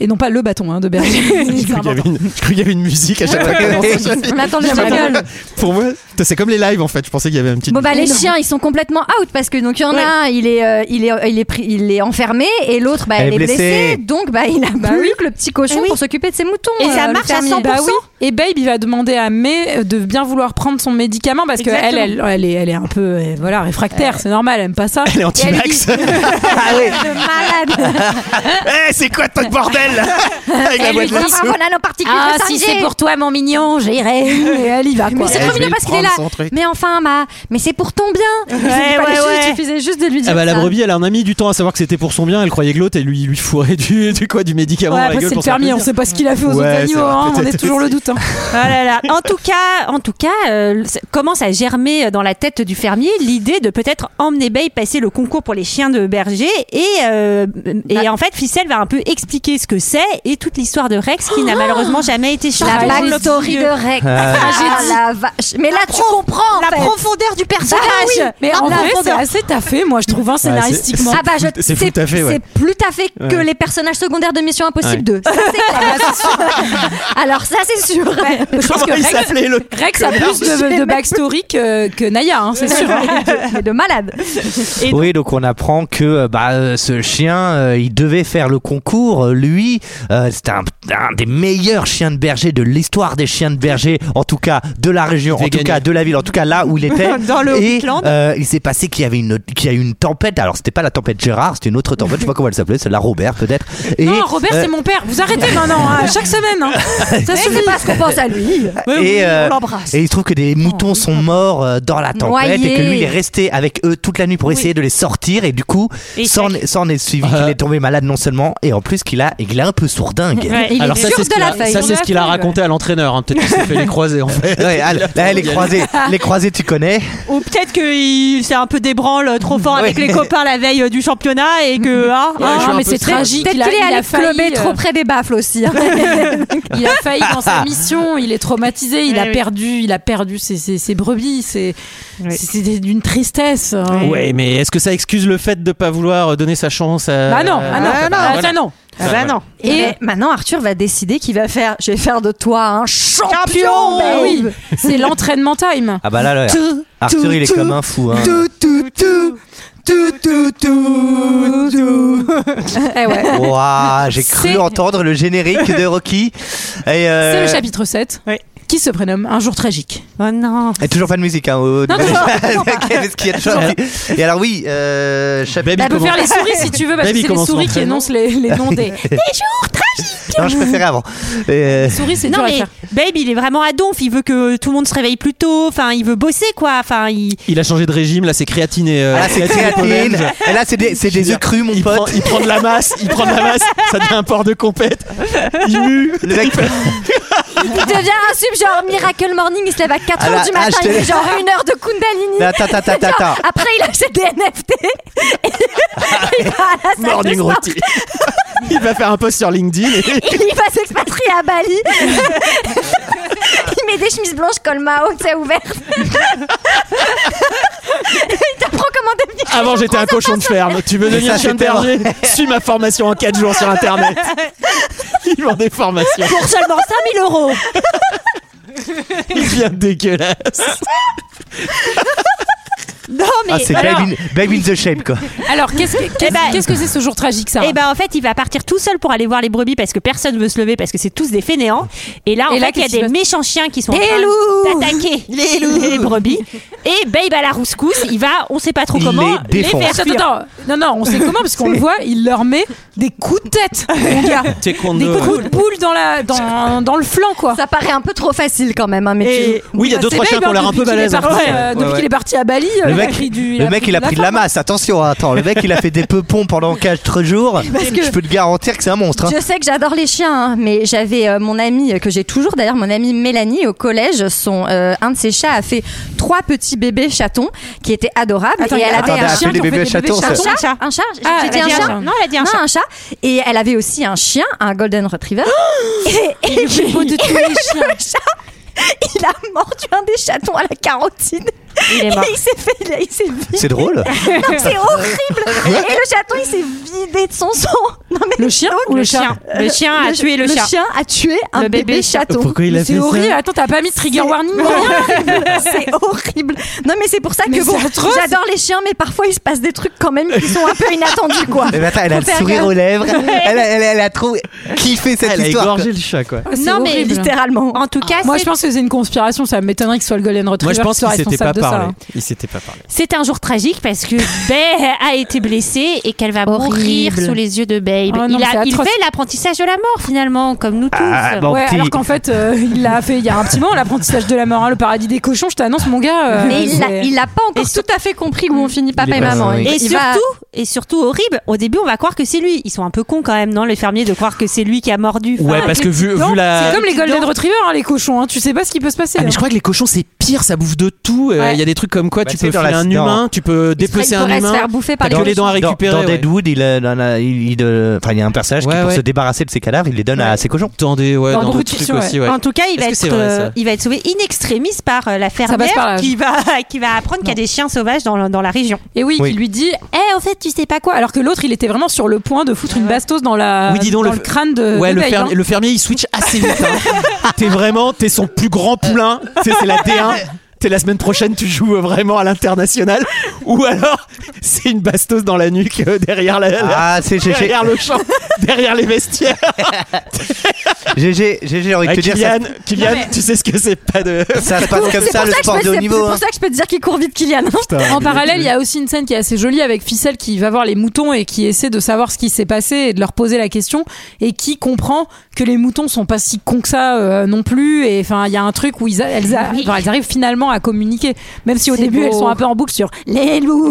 Et non pas le bâton hein, de berger.
J'ai cru qu'il y avait une- j'ai cru qu'il y avait une musique à chaque fois. qu'on entendait.
On attend le jingle.
Pour moi, c'est comme les lives en fait. Je pensais qu'il y avait un petit.
Bon bah les chiens ils sont complètement out parce que donc il y en a un il est euh, il est euh, il est pris- il est enfermé et l'autre bah
Elle
elle,
est
est blessée.
blessée.
donc bah Eh il a plus que le petit cochon pour s'occuper de ses moutons euh,
Et ça
le
marche à
fermier.
100%.
Bah
Bah Et Babe, il va demander à May de bien vouloir prendre son médicament parce qu'elle elle, elle,
Exactement.
elle est, elle est un peu euh, voilà, réfractaire, c'est normal, elle aime pas ça. Elle est
anti-vax.
Ah, malade.
Eh, c'est quoi ton bordel Avec la
Elle lui
boîte
dit,
là-dessous.
Ah, voilà nos particules
Ah,
de
si
singe.
c'est pour toi, mon mignon, j'irai. Et elle y va. Quoi.
Mais c'est
Ouais,
Eh,
trop
je vais
mignon
le
parce qu'il est
prendre,
là.
son truc.
Mais enfin, ma, mais c'est pour ton bien. Il suffit pas de- Il suffisait juste de lui dire.
Eh Ah bah la
ça.
brebis elle a un ami du temps à savoir que c'était pour son bien, elle croyait que l'autre et lui il lui fourrait du, du quoi du médicament
Ouais,
à la
après,
gueule
c'est le
pour se faire
fermier, on
plaisir.
sait pas ce qu'il a fait aux
Ouais,
autres
c'est
animaux,
vrai,
hein, on est
peut-être
toujours le
aussi.
doute. hein.
Ah là là. En tout cas, en tout cas euh, ça commence à germer dans la tête du fermier l'idée de peut-être emmener Bay passer le concours pour les chiens de berger. Et, euh, et en fait, Ficelle va un peu expliquer ce que c'est et toute l'histoire de Rex qui n'a malheureusement jamais été chantée.
La
dans
blague
le
story
milieu.
de Rex.
Ah.
Ah, la vache. Mais là, tu comprends. en
la
fait.
profondeur du personnage.
Ah oui,
Mais en vrai,
la
c'est
profondeur.
assez taffé, moi, je trouve, hein, scénaristiquement.
Ah bah, je-
c'est fou, t'as fait, ouais.
c'est plus à fait que
Ouais.
les personnages secondaires de Mission Impossible
Ouais.
2. Ça, c'est clair. Alors ça c'est sûr.
Je pense que
Comment il
Rex,
s'appelait le
Rex a plus de, de backstory que, que Naya, hein, c'est sûr.
Mais de malade.
oui, donc on apprend que euh, bah, euh, ce chien, euh, il devait faire le concours. Euh, Lui, euh, c'était un, un des meilleurs chiens de berger de l'histoire des chiens de berger, en tout cas de la région, en
devait
tout
gagner.
cas de la ville, en tout cas là où il était.
Dans le
Et
Hobbitland.
euh, il s'est passé qu'il y avait une, qu'il y a eu une tempête. Alors c'était pas la tempête Gérard, c'était une autre tempête. Je sais pas comment elle s'appelait, c'est la Robert peut-être. Et,
Non, Robert,
euh,
c'est mon père. Vous arrêtez maintenant, hein, chaque semaine. hein. Ça
Mais
suffit.
c'est parce qu'on pense à lui.
et, euh,
on l'embrasse.
et il se trouve que
Oh,
des moutons sont morts euh, dans la tempête et que
Noyés.
lui il est resté avec eux toute la nuit pour essayer de les sortir et du coup
Et
s'en s'en est suivi qu'il est tombé malade non seulement et en plus qu'il a il est un peu sourdingue.
Ouais, il
Alors
est
ça
sûr
c'est ce
de
qu'il
la
a,
feuille.
ça, c'est ce qu'il a raconté à l'entraîneur, hein. peut-être qu'il s'est fait les croiser en fait.
Ouais, ah, là, les croisés, les croisés, tu connais.
Ou peut-être qu'il s'est un peu débranle trop fort avec les copains la veille du championnat et que. Ah, ah,
Ah, mais c'est tragique.
Peut-être qu'il
il a- il
est
a
allé
failli,
clubber
euh,
trop près des baffles aussi. hein.
Il a failli dans sa mission, il est traumatisé, il a perdu, il a perdu ses, ses- ses brebis, c'est c'est des- d'une tristesse. hein.
Ouais, mais est-ce que ça excuse le fait de pas vouloir donner sa chance à
Bah non, ah non,
Voilà.
ah ça non.
Ah bah non.
Et ben, maintenant, Arthur va décider qu'il va faire. Je vais faire de toi un champion.
Bah
babe.
oui, c'est l'entraînement time.
Ah bah là, là,
Tout,
Arthur
tout,
il est
tout,
comme un fou. Hein.
tout, tout, tout, tout, tout, tout, tout. Eh ouais.
Ouah, j'ai
C'est-
cru entendre le générique de Rocky. Et, euh,
C'est le chapitre 7 qui se prénomme Un jour tragique.
Oh non.
et toujours pas de musique. Hein, au-
Non, toujours pas, toujours pas.
Qu'est-ce qu'il y a de chaud Et alors oui, euh, chapitre-
Bah, peut faire les souris si tu veux, parce
Baby
que c'est les
commence
souris qui
l'entraînement.
énoncent les, les noms des. Les jours tragiques
Non, je préférais avant. Et, euh,
Souris, c'est
Non
dur à
mais
faire.
Babe, il est vraiment à donf. Il veut que tout le monde se réveille plus tôt. Enfin, il veut bosser quoi. Enfin, il.
Il a changé de régime, là c'est créatine et euh,
Ah, c'est
créatine et
créatine.
pommage.
Et là, c'est des, c'est des œufs crus, mon
il
pote.
prend, il prend de la masse, il prend de la masse, ça devient un port de compète. Il mue.
Le mec,
Il devient un sub genre Miracle Morning, il se lève à 4h
Ah là,
du
ah,
matin,
je
il
te-
fait genre une heure de Kundalini.
Mais attends, attends, attends,
Genre,
attends.
Après, il achète des NFT. il va à la salle de
Morning
sport.
routine. Il va faire un post sur LinkedIn. et-
Il va s'expatrier à Bali. il met des chemises blanches col Mao, tu sais, ouvertes. il t'apprend comment devenir.
Avant j'étais un cochon de ferme. Tu veux devenir
Ça,
chien de
c'est
berger Suis ma formation en 4 jours sur internet. Il vend des formations.
Pour seulement 5000 euros.
Il devient dégueulasse.
Non,
Ah, c'est
alors-
babe, in, Babe in the shape quoi.
Alors, qu'est-ce que qu'est-ce-
Eh ben-
qu'est-ce que c'est ce jour tragique, ça
Et ben en fait, il va partir tout seul pour aller voir les brebis parce que personne veut se lever parce que c'est tous des fainéants. Et là, en
Et là,
fait, il y a
qu'est-ce qui se
des
passe
méchants chiens qui sont en
Des
train
loups
d'attaquer les,
Les loups
brebis. Et Babe à la rouscousse, il va, on sait pas trop
Il
comment,
les
les,
défonce.
faire
Attends,
fuir.
attends, attends. Non, non, on sait comment, parce qu'on le voit, il leur met des coups de tête, mon gars.
T'es con
Des coups de boule dans, la, dans, dans le flanc, quoi.
Ça paraît un peu trop facile quand même, hein, mais
Et-
tu-
Oui, il y a deux,
C'est
trois chiens
dingue,
qui ont l'air
hein,
un peu
depuis qu'il est
balèzes.
parti,
Ouais,
euh,
ouais,
Depuis
ouais.
qu'il est parti à Bali, euh,
Le
il a
mec,
pris du.
le mec il a pris de la masse, attention, hein, attends, le mec il a fait des peupons pendant 4 jours.
Parce que-
Je peux te garantir que c'est un monstre. hein.
Je sais que j'adore les chiens, hein, mais j'avais euh, mon amie, euh, que j'ai toujours d'ailleurs, mon amie Mélanie au collège, son, euh, un de ses chats a fait trois petits bébés chatons qui étaient adorables.
Attends,
et elle
attendez,
avait un
appeler
chien.
des
qui en fait
bébés
des bébés
chatons,
chatons.
ça-
Un chat Un chat J'ai-
Ah,
J'ai dit
elle a
un
dit un
chat
chat. Non, elle a dit un
Non,
chat.
Et elle avait aussi un chien, un Golden Retriever.
Oh
et, et-
Il est beau de tous les chiens.
le chat, il a mordu un des chatons à la carotide.
Il est mort.
Et il s'est fait, il a- il s'est vidé.
C'est drôle.
Non, c'est horrible. Et le chaton, il s'est vidé de son sang. Non, mais euh,
Le chien ou le chat
chien. Le chien a tué le chat.
Le chien a tué un
Le
bébé,
bébé
chaton.
Pourquoi il a fait
C'est horrible,
ça
attends, t'as pas mis de trigger warning
C'est horrible. Non mais c'est pour ça
Mais
que bon,
c'est atroce.
j'adore les chiens, mais parfois il se passe des trucs quand même qui sont un peu inattendus quoi.
Mais attends, elle a le
Faut faire
sourire
gaffe.
aux lèvres. Elle a, elle a- elle a trop kiffé cette
Elle a
histoire.
égorgé le chat, quoi.
C'est
Non mais
horrible.
littéralement.
En tout cas,
Moi, je
c'est-
pense que c'est une conspiration, ça m'étonnerait qu'il soit le Golden Retriever
Moi, je pense
qui soit
qu'il s'était pas
responsable de ça.
parlé.
hein.
Il s'était pas parlé.
c'est un jour tragique parce que Babe a été blessée et qu'elle va mourir
Horrible. Oh
sous les yeux de Babe.
Ah non,
il, a-
c'est
il
atroce.
fait l'apprentissage de la mort finalement, comme nous tous.
Ah, bon,
Ouais,
petit.
alors qu'en fait, euh, il l'a fait il y a un petit moment, l'apprentissage de la mort, hein, le paradis des cochons, je t'annonce, mon gars. euh,
Mais il l'a-
c'est-
il l'a pas encore tout à fait compris où on finit papa
est
et
pas-
maman.
oui.
Il-
Et
il
surtout,
va-
et surtout horrible, au début on va croire que c'est lui. Ils sont un peu cons quand même, non, les fermiers, de croire que c'est lui qui a mordu.
Ouais, parce que vu,
Non,
vu la.
C'est comme les Golden
Non.
Retrievers, hein, les cochons, hein, tu sais pas ce qui peut se passer.
Ah, mais
hein.
je crois que les cochons c'est pire, ça bouffe de tout. Euh,
Ouais.
Il y a des trucs comme quoi
Bah,
tu
c'est
peux
dans
filer
la-
un
dans-
humain, tu peux dépecer
il
un
pourrait se
humain.
faire bouffer
T'as
par les
que les dents à
Dans,
récupérer.
dans
ouais.
Deadwood, il, a- il a- il- il, euh, enfin, il y a un personnage qui,
Ouais,
pour
ouais.
se débarrasser de ses cadavres, il les donne à ses cochons.
Dans des, ouais,
Dans
dans
beaucoup
d'autres
de
trucs
fictions,
aussi, ouais.
En tout cas, il va,
Est-ce que c'est
être,
vrai,
euh,
ça
il va être sauvé in extremis par euh, la
passe
fermière
par là.
qui, va, qui va apprendre qu'il y a des chiens sauvages dans, la- dans la région.
Et oui,
Oui.
qui lui dit Eh, en fait, tu sais pas quoi. Alors que l'autre, il était vraiment sur le point de
Ah
foutre une bastos dans, la,
Oui, dis donc,
dans
le-
le... crâne de.
Ouais,
de
le,
Dave,
fermi-
hein.
le fermier il switch assez vite. hein. t'es vraiment, t'es son plus grand poulain. Tu sais, c'est la D1. T'es la semaine prochaine, tu joues euh, vraiment à l'international. Ou alors, c'est une bastos dans la nuque euh, derrière, la, la-
Ah, c'est GG.
derrière le champ, derrière les vestiaires.
GG, GG, envie de
Ah,
te dire, ça,
Kylian, Kylian, tu sais ce que c'est pas de.
ça se passe comme
C'est
ça,
pour
le
ça que je
sport
peux-
de haut
c'est- c'est
niveau. hein.
pour ça que je peux te dire qu'il court vite Kylian. hein.
En parallèle, il y a aussi une scène qui est assez jolie avec Ficelle qui va voir les moutons et qui essaie de savoir ce qui s'est passé et de leur poser la question et qui comprend que les moutons sont pas si cons que ça euh, non plus. Et enfin, il y a un truc où ils, a- elles, a- enfin, elles arrivent finalement à communiquer, même si au
C'est
début
beau.
elles sont un peu en boucle sur les loups.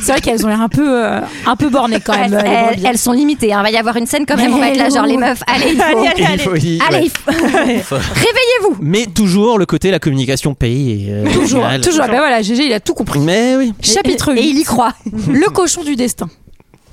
C'est vrai qu'elles ont l'air un peu, euh, un peu bornées quand même.
Elles,
euh, les
elles-
brebis.
elles sont limitées. hein. Il va y avoir une scène quand même. On va être là, genre les meufs. Allez, il faut-
Il faut- il- ouais.
Allez, il faut- réveillez-vous.
Mais toujours le côté la communication pays. et, euh,
toujours,
général.
toujours. Ben voilà, GG, il a tout compris.
Mais oui.
Chapitre 8.
Et il y croit.
Le cochon du destin.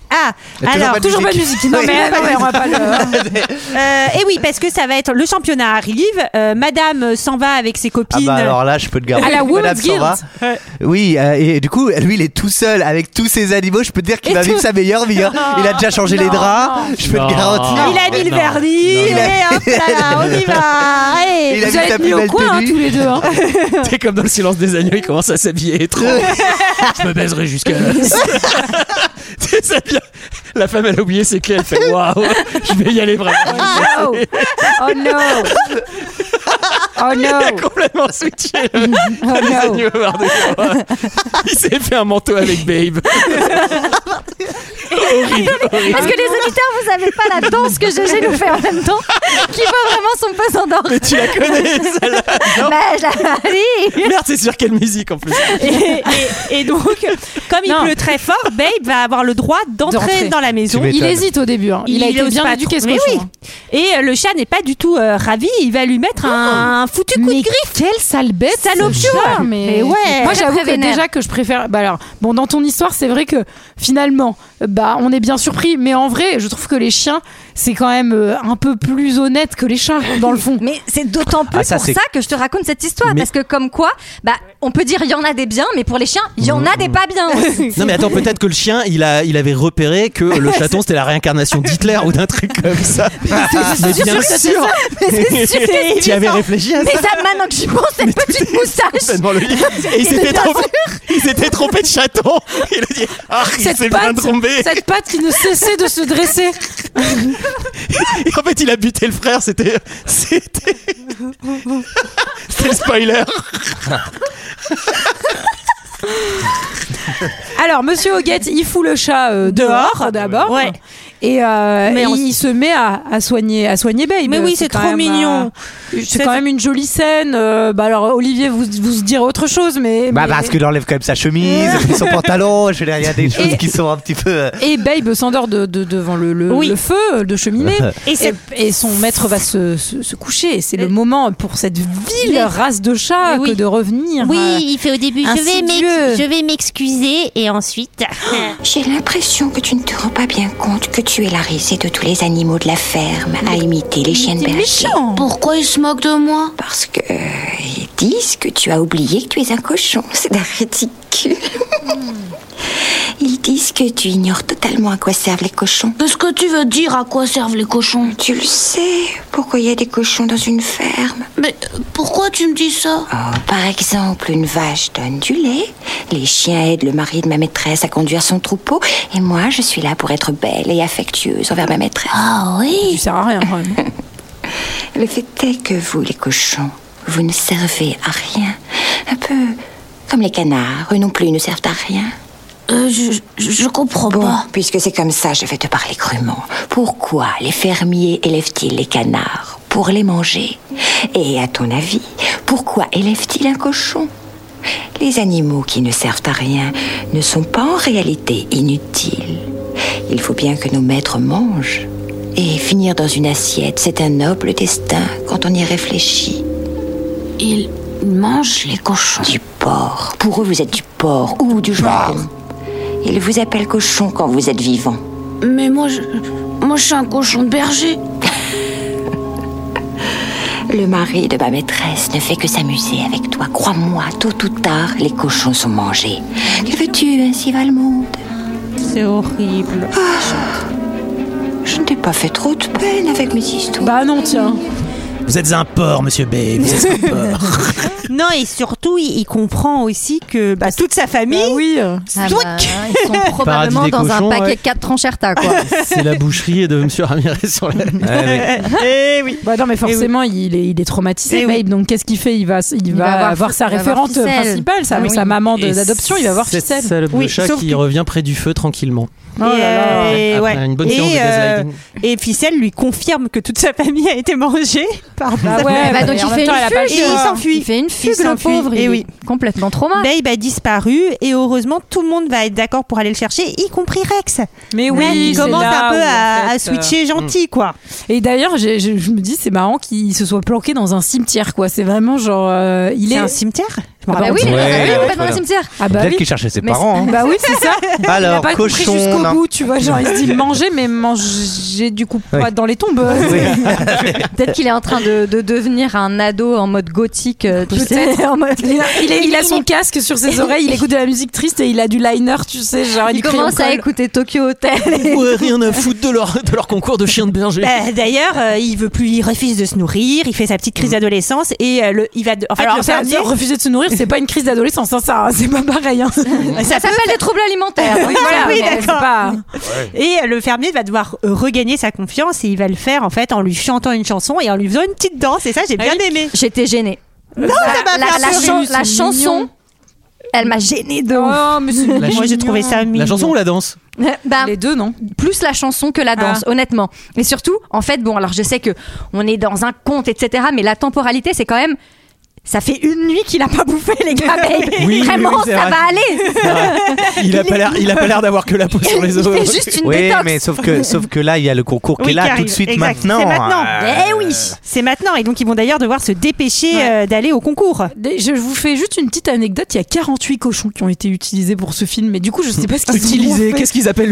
Ah,
Et toujours
alors,
pas de
Toujours pas de
musique.
musique. Non, mais,
Ah
non, mais on va pas le.
Euh, et oui, parce que ça va être le championnat arrive. euh, Madame euh, s'en va avec ses
Ah
copines.
bah alors là, je peux te garantir.
À la Women's
Madame s'en va. Oui, euh, et du coup, lui, il est tout seul avec tous ses animaux. Je peux te dire qu'il
Et
va
tout.
vivre sa meilleure vie. hein. Il a déjà changé les draps. Je peux
Non.
te garantir.
il a mis le
Oh Non.
vernis et hop là, on y va. Allez.
Il a
Vous
mis
allez
sa
être mis
plus
au
belle
coin, hein, tous
tenue.
les deux. hein.
C'est comme dans le silence des agneaux, il commence à s'habiller étrange. Je me baiserai jusqu'à la. C'est ça bien. La femme, elle a oublié ses clés, elle fait waouh, je vais y aller vraiment.
Oh no! Oh no! Oh
Il a
no!
complètement switché. le-
Oh
les
no!
agneaux avoir des droits. Il s'est fait un manteau avec Babe. horrible, horrible.
Parce que les auditeurs, vous savez pas la danse que GG nous fait en même temps, qui va vraiment son pesant d'or.
Mais tu la connais, celle-là. Non.
Mais Bah, je la- Allez.
Merde, c'est sur quelle musique en plus
Et, et- et donc, comme il
Non.
pleut très fort, Babe va avoir le droit
D'entrer.
d'entrer dans la maison.
Tu
Il
m'étonnes.
hésite au début. hein. Il, a été
ose
bien
pas
éduqué, ce
trop. Mais
cochon.
oui. Et euh, le chat n'est pas du tout euh, ravi. Il va lui mettre un, un foutu coup de
Mais
griffe. hein.
quelle sale bête,
Salopio.
hein,
ça, mais...
Mais ouais.
Moi, j'avoue
Très
que
vénère.
déjà que je préfère. Bah alors, bon, dans ton histoire, c'est vrai que finalement, bah, on est bien surpris, mais en vrai, je trouve que les chiens, c'est quand même euh, un peu plus honnête que les chats, dans le fond.
Mais c'est d'autant plus
Ah, ça,
pour
c'est-
ça que je te raconte cette histoire.
Mais-
Parce que, comme quoi, bah, on peut dire il y en a des biens, mais pour les chiens, il y en a des pas biens. aussi.
Non mais attends, peut-être que le chien, il, a, il avait repéré que le chaton, c'était la réincarnation d'Hitler ou d'un truc comme ça.
C'est sûr que c'est ça. Mais c'est sûr que c'est
Tu y avais
évident.
réfléchi à ça
Mais ça, maintenant que j'y pense, cette petite moustache.
complètement logique. Et il s'était
Mais bien
trompé. Il s'était trompé de chaton. Il a dit Ah, il s'est bien trompé.
cette patte qui ne cessait de se dresser.
Et en fait, il a buté le frère. C'était. C'était. C'était le spoiler.
Alors, Monsieur Hoguette, il fout le chat euh, dehors, d'abord. Et euh,
Mais on-
il se met à, à soigner, à soigner Babe.
Mais oui, c'est
quand
trop
même,
mignon.
euh, c'est quand même une jolie scène. Euh, bah alors, Olivier, vous vous se direz autre chose, mais.
Bah
mais-
parce qu'il enlève quand même sa chemise, et puis son pantalon, je veux dire, il y a des choses qui sont un petit peu... euh,
Et Babe s'endort de- de- devant le, le-
Oui.
le feu de cheminée.
Et
Et,
c'est-
et son maître va se, se- se coucher. Et C'est le moment pour cette vile race de chat que de revenir. euh,
Oui, il fait au début. Je vais
insidieux.
m'ex- je vais m'excuser et ensuite.
J'ai l'impression que tu ne te rends pas bien compte que tu es la risée de tous les animaux de la ferme à imiter les chiens de berger.
Pourquoi il se moque de moi
Parce que euh, ils disent que tu as oublié que tu es un cochon. C'est d'un ridicule. Ils disent que tu ignores totalement à quoi servent les cochons.
Qu'est-ce que tu veux dire à quoi servent les cochons
Tu le sais, pourquoi il y a des cochons dans une ferme
Mais euh, pourquoi tu me dis ça
Oh, par exemple, une vache donne du lait, les chiens aident le mari de ma maîtresse à conduire son troupeau, et moi, je suis là pour être belle et affectueuse envers ma maîtresse.
Ah oui
Tu sers à rien, vraiment.
Le fait est que vous, les cochons, vous ne servez à rien.
Ah,
Un peu comme les canards, eux non plus ne servent à rien.
je, comprends
pas. Puisque c'est comme ça, je vais te parler crûment. Pourquoi les fermiers élèvent-ils les canards Pour les manger. Et à ton avis, pourquoi élèvent-ils un cochon Les animaux qui ne servent à rien ne sont pas en réalité inutiles. Il faut bien que nos maîtres mangent. Et finir dans une assiette, c'est un noble destin quand on y réfléchit.
Ils mangent les cochons.
Du porc. Pour eux, vous êtes du porc ou du
Bah.
jambon. Ils vous appellent cochon quand vous êtes vivant.
Mais moi, je, moi, je suis un cochon de berger.
Le mari de ma maîtresse ne fait que s'amuser avec toi. Crois-moi, tôt ou tard, les cochons sont mangés. Que veux-tu, ainsi va le monde
C'est horrible.
Je ne t'ai
bah,
pas fait trop de peine avec mes histoires.
Bah non, tiens.
Vous êtes un porc, monsieur Babe. Vous êtes un porc.
Non, et surtout, il, il comprend aussi que bah, toute sa famille.
oui.
Ah bah, ils sont
Paradis
probablement
des
dans
cochons,
un paquet
ouais.
de 4 tranchertas, quoi.
C'est la boucherie de monsieur Ramirez sur la.
Eh oui.
Bah non, mais forcément, il, est, il est traumatisé,
Eh oui.
Babe. Donc, qu'est-ce qu'il fait il va, il va
va avoir
avoir,
fi-
sa
il va avoir
référente
Ficelle.
principale, sa,
Ah oui.
sa maman de-
Et
d'adoption. Il va voir
cette
Ficelle.
salope de chat
sauf
qui
que-
revient près du feu tranquillement.
Et, euh,
Après
ouais.
une bonne
et,
séance de gaslighting.
et Ficelle lui confirme que toute sa famille a été mangée par
Bah
sa
ouais,
famille.
bah donc Mais il en fait même temps, une elle a pas le fugue.
Et il
choix.
s'enfuit.
Il fait une fugue, le
s'enfuit.
pauvre, il
Et
est
oui.
Complètement trauma.
Babe a disparu et heureusement tout le monde va être d'accord pour aller le chercher, y compris Rex.
Mais oui,
Rex, il
c'est
commence
là
un peu
où, en
à,
fait,
à switcher
euh,
Hmm.
gentil quoi.
Et d'ailleurs, j'ai- je, je me dis, c'est marrant qu'il se soit planqué dans un cimetière, quoi. C'est vraiment genre. euh, il
C'est
est...
un cimetière
Ah bah
rappelle.
oui,
Ouais,
il est
ouais,
complètement dans
voilà.
un cimetière. Ah bah
Peut-être
oui.
qu'il cherchait ses
Mais
parents,
c'est-
hein.
Bah oui, c'est ça.
Alors,
il a pas compris
cochon,
jusqu'au
non.
bout, tu vois. Genre, il se dit manger, mais manger du coup pas
Ouais.
dans les tombes.
Peut-être qu'il est en train de, de devenir un ado en mode gothique. euh, tu sais, en mode-
Il a, il a- il a son casque sur ses oreilles, il écoute de la musique triste et il a du liner, tu sais, genre
Il
du crayon
commence à
colle.
écouter Tokyo Hotel.
Ouais, rien à foutre de leur, de leur concours de chiens de berger.
Bah, D'ailleurs, euh, il veut plus, il refuse de se nourrir, il fait sa petite crise d'adolescence et euh, le, il va. de- en fait,
Mm. Alors,
le
ça,
fermier-
ça, refuser de se nourrir, c'est pas une crise d'adolescence, hein, ça, hein, c'est pas pareil. hein.
Ça s'appelle des troubles alimentaires.
Oui, voilà,
oui,
mais c'est
d'accord.
pas-
Et euh, le fermier va devoir euh, regagner sa confiance et il va le faire en fait en lui chantant une chanson et en lui faisant une petite danse et ça
Ah
j'ai bien aimé.
J'étais gênée.
Non,
La-
ça m'a
la-
fait
la
un peu
chan-
rire,
la
c'est
chanson,
mignon.
Elle m'a gênée de
Oh,
ouf.
mais c'est
La
Moi j'ai
mignon.
trouvé ça mignon.
La chanson ou la danse
Bah,
Les deux, non
plus la chanson que la danse, honnêtement. Et surtout, en fait, bon, alors je sais que on est dans un conte, etc. Mais la temporalité, c'est quand même ça fait une nuit qu'il a pas bouffé, les gars. mais
Oui, oui,
vraiment,
oui,
ça
c'est vrai.
va aller.
C'est vrai. Il a pas l'air, il a pas l'air d'avoir que la peau sur les os.
fait juste une
oui, mais sauf que, sauf que là, il y a le concours qui
Oui,
est là
qui
tout
arrive.
de suite
Exact.
maintenant.
C'est maintenant.
Eh
Euh,
oui. C'est maintenant. Et donc, ils vont d'ailleurs devoir se dépêcher euh, d'aller au concours.
Des- Je vous fais juste une petite anecdote. Il y a 48 cochons qui ont été utilisés pour ce film, mais du coup, je sais pas ce qu'ils ont
Utilisés,
fait.
qu'est-ce qu'ils appellent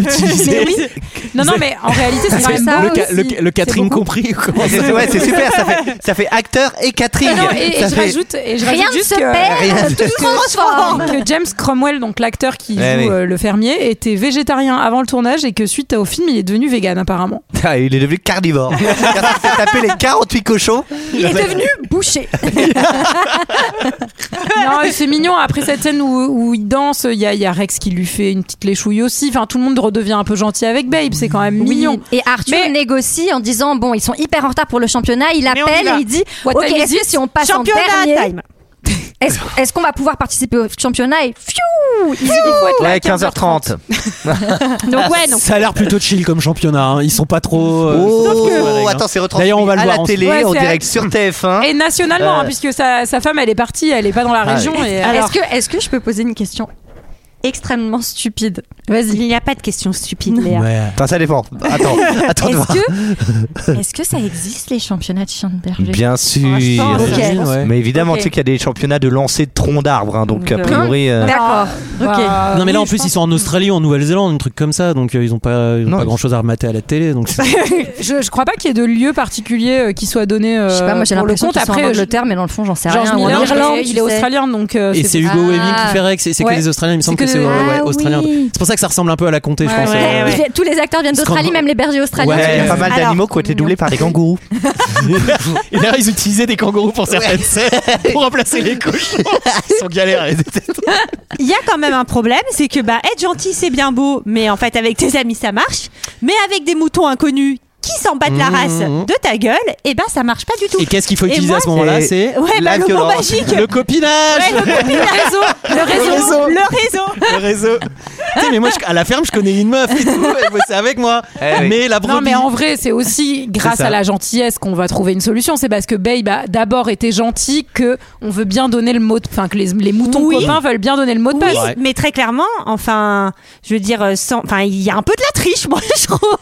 utiliser
Mais oui. Non, non, mais en réalité, c'est quand même
le,
beaucoup.
ca- le, ca- le catering compris. comment
C'est
ça-
ouais, c'est super, ça fait, ça fait acteur et catering.
Ah Non, non, et, et
Ça
je
fait-
rajoute, et je
Rien
rajoute
ne
juste
se
que,
perd,
que-
tout se transforme.
que James Cromwell, donc l'acteur qui
Ouais,
joue
oui.
euh, le fermier, était végétarien avant le tournage et que suite au film, il est devenu vegan apparemment.
Ah, il est devenu carnivore. il s'est tapé les 48 cochons.
Il est devenu boucher.
non, c'est mignon. Après cette scène où, où il danse, il y, a- il y a Rex qui lui fait une petite léchouille aussi. Enfin, tout le monde redevient un peu gentil avec Babe. C'est quand même mignon.
Et Arthur négocie en disant bon, ils sont hyper en retard pour le championnat. Il
on y
appelle
va.
et il dit
What
ok,
time is
est-ce que
it
si on passe
Championnat
en dernier,
time.
est-ce est-ce qu'on va pouvoir participer au championnat Et fiou, il- il faut être là à
Ouais, 15h30.
Donc ouais, donc
Ça a l'air plutôt chill comme championnat. hein. Ils sont pas trop. euh,
Oh,
sauf que-
attends,
D'ailleurs,
c'est
on va
retransmis
le
à
voir
la
en-
télé
Ouais,
en
c'est
direct
vrai.
sur TF1.
Et nationalement,
Euh.
hein, puisque sa, sa femme, elle est partie, elle est pas dans la
Ah,
région. et
Est-ce que, est-ce que je peux poser une question extrêmement stupide
Vas-y. Il n'y a pas de question stupide, Léa.
Ouais.
Attends, ça dépend. Attends, attends de
Est-ce
voir.
que, est-ce que ça existe les championnats de Schoenberg
Bien sûr.
pense, Ok. je pense.
Mais évidemment,
Ok.
tu sais qu'il y a des championnats de lancer de troncs d'arbres, hein, donc a priori. euh,
Ah,
D'accord. ok.
bah,
Non
euh,
mais là en plus ils sont en Australie ou en Nouvelle-Zélande, un truc comme ça, donc euh, ils ont pas, ils ont
Non,
pas
ils-
grand chose à remater à la télé, donc c'est-
je, je crois pas qu'il y ait de lieu particulier euh, qui soit donné. euh,
Je sais pas, moi j'ai
pour le
l'impression
compte.
qu'ils sont en
Après, je-
Angleterre, mais dans le fond j'en sais
George
rien. Ou en
Miller, il est-
Irlande,
il
tu
est
sais.
australien, donc. euh,
Et c'est Hugo
Ah.
Weaving qui fait Rex, c'est c'est que
Ouais.
les Australiens, il me semble que,
que
c'est
des-
ouais, ouais,
Ah
australien.
oui.
C'est pour ça que ça ressemble un peu à la comté, je pense.
ouais,
euh,
ouais.
Tous les acteurs viennent d'Australie,
Scandale.
même les bergers
Ouais,
australiens.
il y a pas mal
Alors-
d'animaux qui ont été doublés par des kangourous.
Et là, ils utilisaient des kangourous pour certaines scènes, pour remplacer les cochons. Ils sont galères.
Il y a quand même un problème, c'est que bah être gentil c'est bien beau, mais en fait avec tes amis ça marche, mais avec des moutons inconnus qui s'en battent la race de ta gueule, et ben ça marche pas du tout.
Et qu'est-ce qu'il faut
Et
utiliser
moi,
à ce moment-là C'est
Ouais, bah,
La
le mot
violence.
magique.
le copinage
Ouais, le copinage.
Le réseau.
Le réseau. Le réseau.
le réseau. Tu sais, mais moi, je- à la ferme, je connais une meuf et tout, elle bossait avec moi.
Eh oui.
Mais la brebis.
Non, mais en vrai, c'est aussi grâce
C'est ça.
à la gentillesse qu'on va trouver une solution. C'est parce que Babe a d'abord été gentil que on veut bien donner le mot de. Enfin, que les, les moutons
Oui.
copains veulent bien donner le mot de
Oui,
passe.
mais très clairement, enfin, je veux dire, euh, sans, enfin, il y a un peu de la triche, moi, je trouve.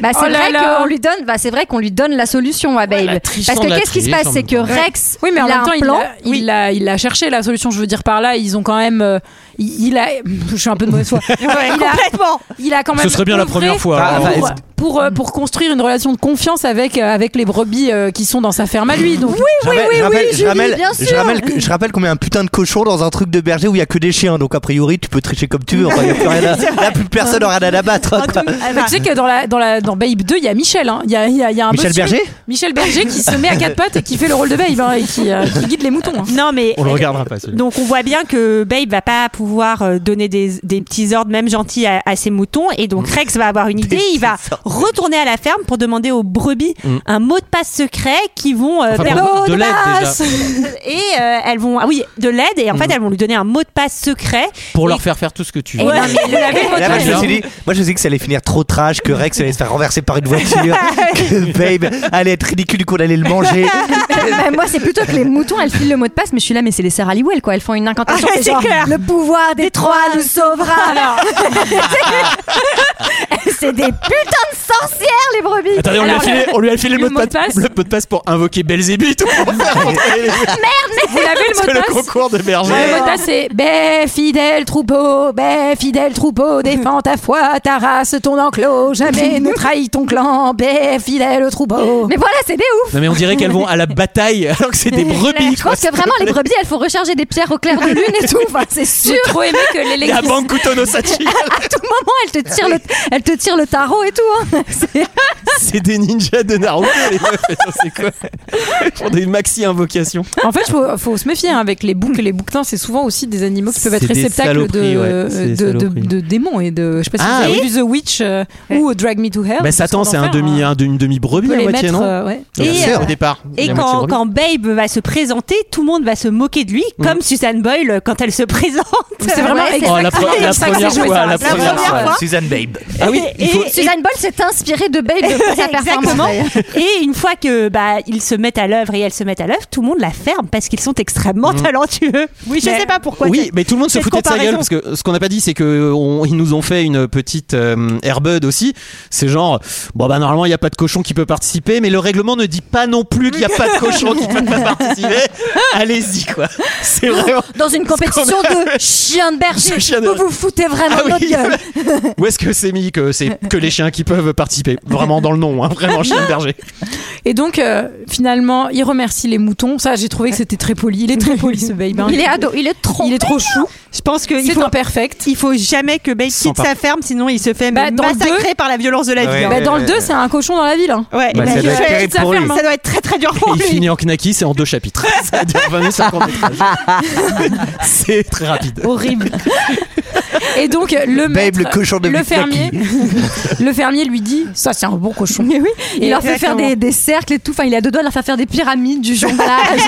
Bah, c'est
Oh là
vrai
là.
qu'on lui donne, bah, c'est vrai qu'on lui donne la solution à Babe.
la triche
Parce que
de la
qu'est-ce qui se
triche,
passe,
en
c'est
même
que
temps.
Rex,
Oui, mais en
il a
même temps,
un
il
plan.
l'a- il l'a il l'a cherché la solution. Je veux dire par là, ils ont quand même. euh, il, il a. Je suis un peu de mauvaise foi. il, a,
Complètement.
il a quand même.
Ce serait bien la
œuvré
première fois. hein.
Ah,
alors.
bah,
Pour, pour, euh, pour construire une relation de confiance avec, euh, avec les brebis euh, qui sont dans sa ferme à lui. Donc,
Je rappelle- je rappelle-
Julie,
je rappelle-
bien
je
sûr.
rappelle que- je rappelle qu'on met un putain de cochon dans un truc de berger où il y a que des chiens, donc a priori tu peux tricher comme tu veux. Enfin, il y a plus rien à- là, plus personne n'aura rien à abattre.
En tout-
quoi.
enfin,
Ah, Mais tu sais que dans, la, dans, la, dans Babe 2, il y a Michel. hein. Il y, a, il y a- il y a un
Michel
bossu-
Berger
Michel Berger qui se met à quatre pattes et qui fait le rôle de Babe hein, et qui, euh, qui guide les moutons. hein.
non, mais.
On le regardera pas, celui-là.
Donc on voit bien que Babe va pas pouvoir euh, donner des, des petits ordres même gentils à, à ses moutons et donc
Mmh.
Rex va avoir une idée, il va retourner à la ferme pour demander aux brebis un mot de passe secret qui vont euh,
Enfin,
permettre-
pour- de l'aide, déjà. Mhm.
et euh, elles vont ah oui de l'aide et en fait elles vont lui donner un mot de passe secret
Pour
Et-
leur faire faire tout ce que tu
Et
veux.
non, mais il avait le mot de
Là, moi,
passe.
je me suis dit, moi je me suis dit que ça allait finir trop trash, que Rex allait se faire renverser par une voiture, que Babe allait être ridicule, qu'on allait le manger.
Bah, moi, c'est plutôt que les moutons, elles filent le mot de passe, mais je suis là, mais c'est les Sarah Lee Well, quoi. Elles font une incantation.
Ah,
c'est
c'est
genre,
clair.
Le pouvoir des trois nous sauvera. c'est des putains de sorcières, les brebis.
Attendez, on lui, a
Alors,
filé, on lui a filé le,
le
mot de passe, le mot de passe pour invoquer Belzébuth. Pour faire entrer les-
Vous l'avez le mot
c'est
de
le
passe
concours de berger.
Le mot de passe, c'est Bé, fidèle troupeau, bé, fidèle troupeau, défends ta foi, ta race, ton enclos, jamais ne trahis ton clan, bé, fidèle troupeau.
Mais voilà, c'est des ouf.
Non mais on dirait qu'elles vont à la bataille alors que c'est des brebis.
Je
quoi.
pense que vraiment, les brebis, elles font recharger des pierres au clair de lune et tout. Enfin, c'est sûr.
J'ai trop aimé que
Il y a
l'électricité.
Banco Tonosatchi.
À tout moment, elles te tirent le, elles te tirent le tarot et tout. hein. C'est-
C'est des ninjas de Naruto les meufs. Attends, c'est quoi Ils font des maxi invocations.
Ah,
En fait, faut, faut se méfier hein, avec les boucs et les bouquetins. C'est souvent aussi des animaux qui peuvent être
C'est des
réceptacles de, euh,
saloperies, ouais. C'est des
de, de-
saloperies.
de démons et de. Je sais pas si
Ah,
vous avez
oui.
vu The Witch euh, ou Drag Me to Hell.
Mais
parce
Bah, Satan
qu'on
c'est
en
un
fait,
demi
hein.
un, une demi
On
brebis
peut
à
les
moitié
mettre,
non Ah, bah,
euh, ouais.
Et,
Ouais,
euh,
au départ.
Et
la moitié
quand,
brebis.
quand Babe va se présenter, tout le monde va se moquer de lui, comme Susan
euh,
Boyle quand elle se présente.
C'est vraiment
Ouais, c'est
Oh, la,
exactement
pre- la
comme ça que
première
c'est joué,
fois,
ça.
la première fois.
Suzanne Babe.
Ah oui, il faut-
Suzanne Boyle, c'est s'est inspiré de Babe pour sa performance.
Exactement.
d'ailleurs.
Et une fois que bah ils se mettent à l'œuvre et elles se mettent à l'œuvre, tout le monde la ferme parce qu'ils sont extrêmement
Mm.
talentueux. Oui, je sais pas pourquoi.
Oui,
c'est-
mais tout le monde se
cette
foutait de sa gueule
comparaison.
parce que ce qu'on n'a pas dit, c'est que on- ils nous ont fait une petite euh, Airbud aussi. C'est genre, bon bah normalement il n'y a pas de cochon qui peut participer, mais le règlement ne dit pas non plus qu'il n'y a pas de cochon qui peut pas participer. Allez-y quoi. C'est vraiment.
Dans une compétition de chiens de berger, vous vous foutez vraiment
Ah
de notre
oui.
gueule.
Où est-ce que c'est mis que c'est que les chiens qui peuvent participer Vraiment dans le nom, hein, vraiment chien de berger.
Et donc, euh, finalement, il remercie les moutons. Ça, j'ai trouvé que c'était très poli. Il est très poli, ce babe. hein.
Il est ado, il est trop.
Il est trop chou.
Je pense que
c'est imperfect.
Il faut jamais que Babe quitte
par-
sa ferme, sinon il se fait
Bah, dans le
massacrer
deux-
par la violence de la vie.
Ouais,
hein.
Bah, dans ouais, le deux, ouais.
c'est un cochon dans la ville.
Ouais,
Bah,
il
ça
a-
doit être
il a-
terrible
sa
pour
ferme,
lui.
ça doit être très très dur pour
il
lui.
finit en knacky, c'est en deux chapitres. Ça dure 20 minutes, c'est un court-métrage. C'est très
Oh,
rapide.
Horrible. Et donc euh, le
Babe,
maître,
le cochon de
le
Kentucky.
fermier, le fermier lui dit ça c'est un bon cochon. Mais oui,
Il leur fait faire des, des cercles et tout. Enfin, il est à deux doigts de leur faire faire des pyramides, du jonglage.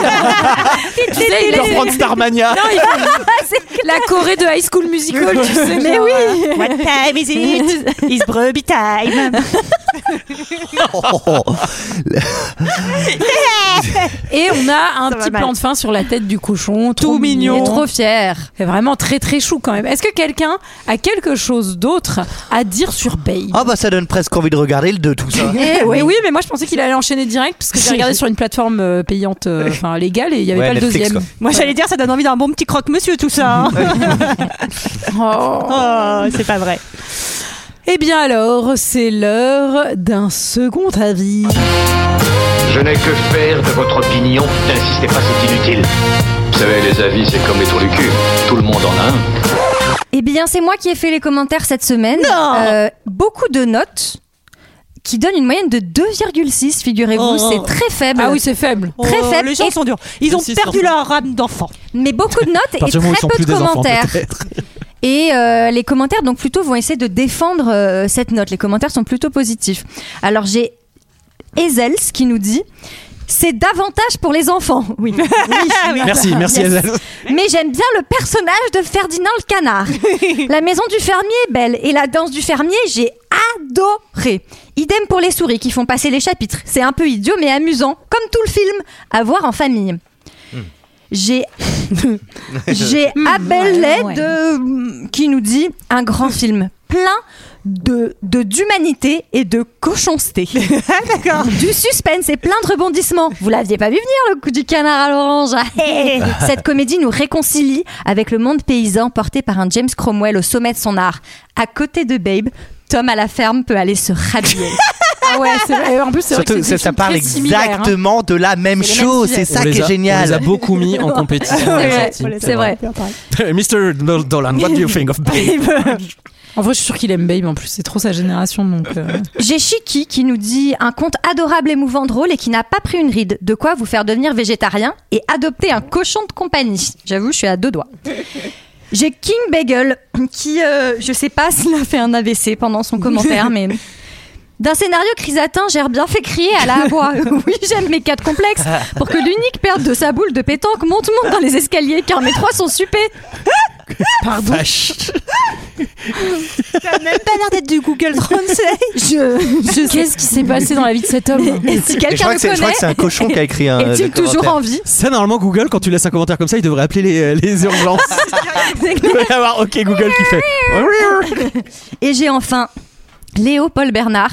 Tu sais, il
Leur
est-
prendre Starmania.
Non, il fait- la Corée de High School Musical, tu sais.
Mais
genre,
oui.
euh,
What time is it? It's brebis time.
Oh,
Et on a
Ça
un
va
petit
mal.
plan de fin sur la tête du cochon, trop
Tout mignon.
Il est trop fier. C'est vraiment très très chou quand même. Est-ce que quelqu'un a quelque chose d'autre à dire sur Babe
Ah bah ça donne presque envie de regarder le 2 tout ça.
Eh oui. oui, mais moi je pensais qu'il allait enchaîner direct parce que j'ai regardé sur une plateforme euh, payante, euh, enfin légale, et il n'y avait
Ouais,
pas le
Netflix,
deuxième.
quoi.
Moi j'allais dire ça donne envie d'un bon petit croque-monsieur tout ça. hein. oh, c'est pas vrai.
Eh bien alors, c'est l'heure d'un second avis.
Je n'ai que faire de votre opinion. N'insistez pas, c'est inutile. Vous savez, les avis, c'est comme les trous du cul. Tout le monde en a un.
Eh bien, c'est moi qui ai fait les commentaires cette semaine. Euh, beaucoup de notes qui donnent une moyenne de 2,6, figurez-vous.
Oh.
C'est très faible.
Ah oui, c'est faible.
Très
Oh,
faible.
Les gens
Et-
sont durs. Ils ont
Six
perdu
enfants.
leur âme d'enfant.
Mais beaucoup de notes et
À partir du moment où
très peu
ils sont plus
de
des enfants,
commentaires.
peut-être.
Et euh, les commentaires, donc plutôt, vont essayer de défendre euh, cette note. Les commentaires sont plutôt positifs. Alors, j'ai Ezels qui nous dit C'est davantage pour les enfants. Oui. Oui, Ah oui.
Merci, merci
Yes.
Hazel.
Mais j'aime bien le personnage de Ferdinand le canard. La maison du fermier est belle et la danse du fermier, j'ai adoré. Idem pour les souris qui font passer les chapitres. C'est un peu idiot mais amusant, comme tout le film, à voir en famille. J'ai j'ai Abel Lay de- qui nous dit un grand film plein de de- d'humanité et de cochonceté. Du suspense et plein de rebondissements. Vous l'aviez pas vu venir le coup du canard à l'orange. Cette comédie nous réconcilie avec le monde paysan porté par un James Cromwell au sommet de son art. À côté de Babe, Tom à la ferme peut aller se rhabiller.
Ah ouais, c'est vrai. Et En plus, c'est vrai
Surtout,
que c'est
ça,
des films
ça parle
très similaires, hein.
exactement de la même
C'est les mêmes
chose.
sujets.
C'est ça
On les
qui
a-
est génial.
On les a beaucoup mis en compétition.
C'est vrai,
Cette team.
c'est vrai.
Mr. Dolan, what do you think of Ben? Babe
Eh ben. En vrai, je suis sûre qu'il aime Babe en plus, c'est trop sa génération donc. euh.
J'ai Chiki qui nous dit un conte adorable, émouvant, drôle et qui n'a pas pris une ride. De quoi vous faire devenir végétarien et adopter un cochon de compagnie. J'avoue, je suis à deux doigts. J'ai King Bagel qui, euh, je sais pas s'il a fait un AVC pendant son commentaire, mais. D'un scénario chrysatin, j'ai bien fait crier à la voix. Oui, j'aime mes quatre complexes pour que l'unique perte de sa boule de pétanque monte monte dans les escaliers car mes trois sont supés.
Pardon.
T'as même pas l'air d'être du Google Translate.
Qu'est-ce qui s'est passé dans la vie de cet homme
Et si
Et je
quelqu'un
crois
le
que c'est- je crois
connaît,
que c'est un cochon qui a écrit un.
est-il toujours en vie
Ça, normalement, Google, quand tu laisses un commentaire comme ça, il devrait appeler les, euh, les urgences. il devrait y avoir OK Google qui fait.
Et j'ai enfin Léo Paul Bernard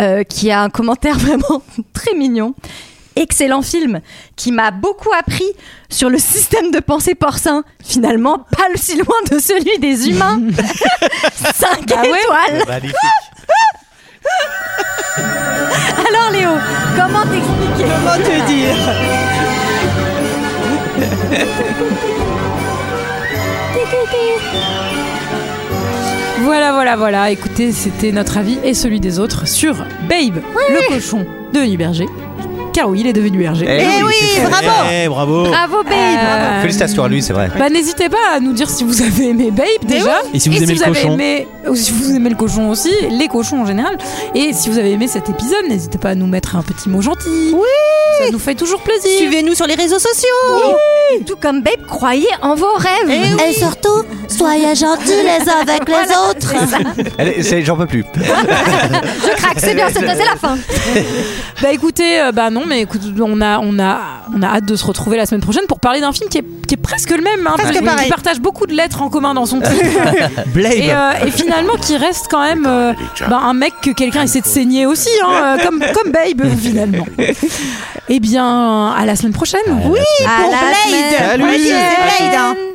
euh, qui a un commentaire vraiment très mignon. Excellent film qui m'a beaucoup appris sur le système de pensée porcin. Finalement, pas le si loin de celui des humains. 5 étoiles.
Magnifique.
Alors Léo, comment t'expliquer
Comment te dire
Voilà, voilà, voilà. Écoutez, c'était notre avis et celui des autres sur Babe, le cochon de Berger.
car oui, il est devenu RG.
Eh oui, c'est vrai. Eh, bravo.
Bravo, Babe
Euh,
bravo.
Félicitations à lui, c'est vrai.
Euh, Bah n'hésitez pas à nous dire si vous avez aimé Babe déjà.
Et si vous aimez le
avez
cochon.
aimé- ou si vous aimez le cochon aussi, les cochons en général. Et si vous avez aimé cet épisode, n'hésitez pas à nous mettre un petit mot gentil. Oui Ça nous fait toujours plaisir. Suivez-nous sur les réseaux sociaux
Tout comme Babe, croyez en vos rêves.
Eh.
Et, surtout, soyez gentils les uns avec les autres.
Allez, c'est- J'en peux plus.
Je craque, c'est bien, c'est c'est la fin.
Bah écoutez, euh, bah non, mais écoute, on a, on a, on a hâte de se retrouver la semaine prochaine pour parler d'un film qui est, qui est presque le même, hein,
Presque
parce
pareil.
qui partage beaucoup de lettres en commun dans son titre.
Blade.
Et, euh, et finalement, qui reste quand même euh, bah, un mec que quelqu'un essaie de saigner aussi, hein, euh, comme, comme Babe finalement. Eh bien, à la semaine prochaine. Oui,
pour Blade. Salut. Ouais, c'est Blade, hein.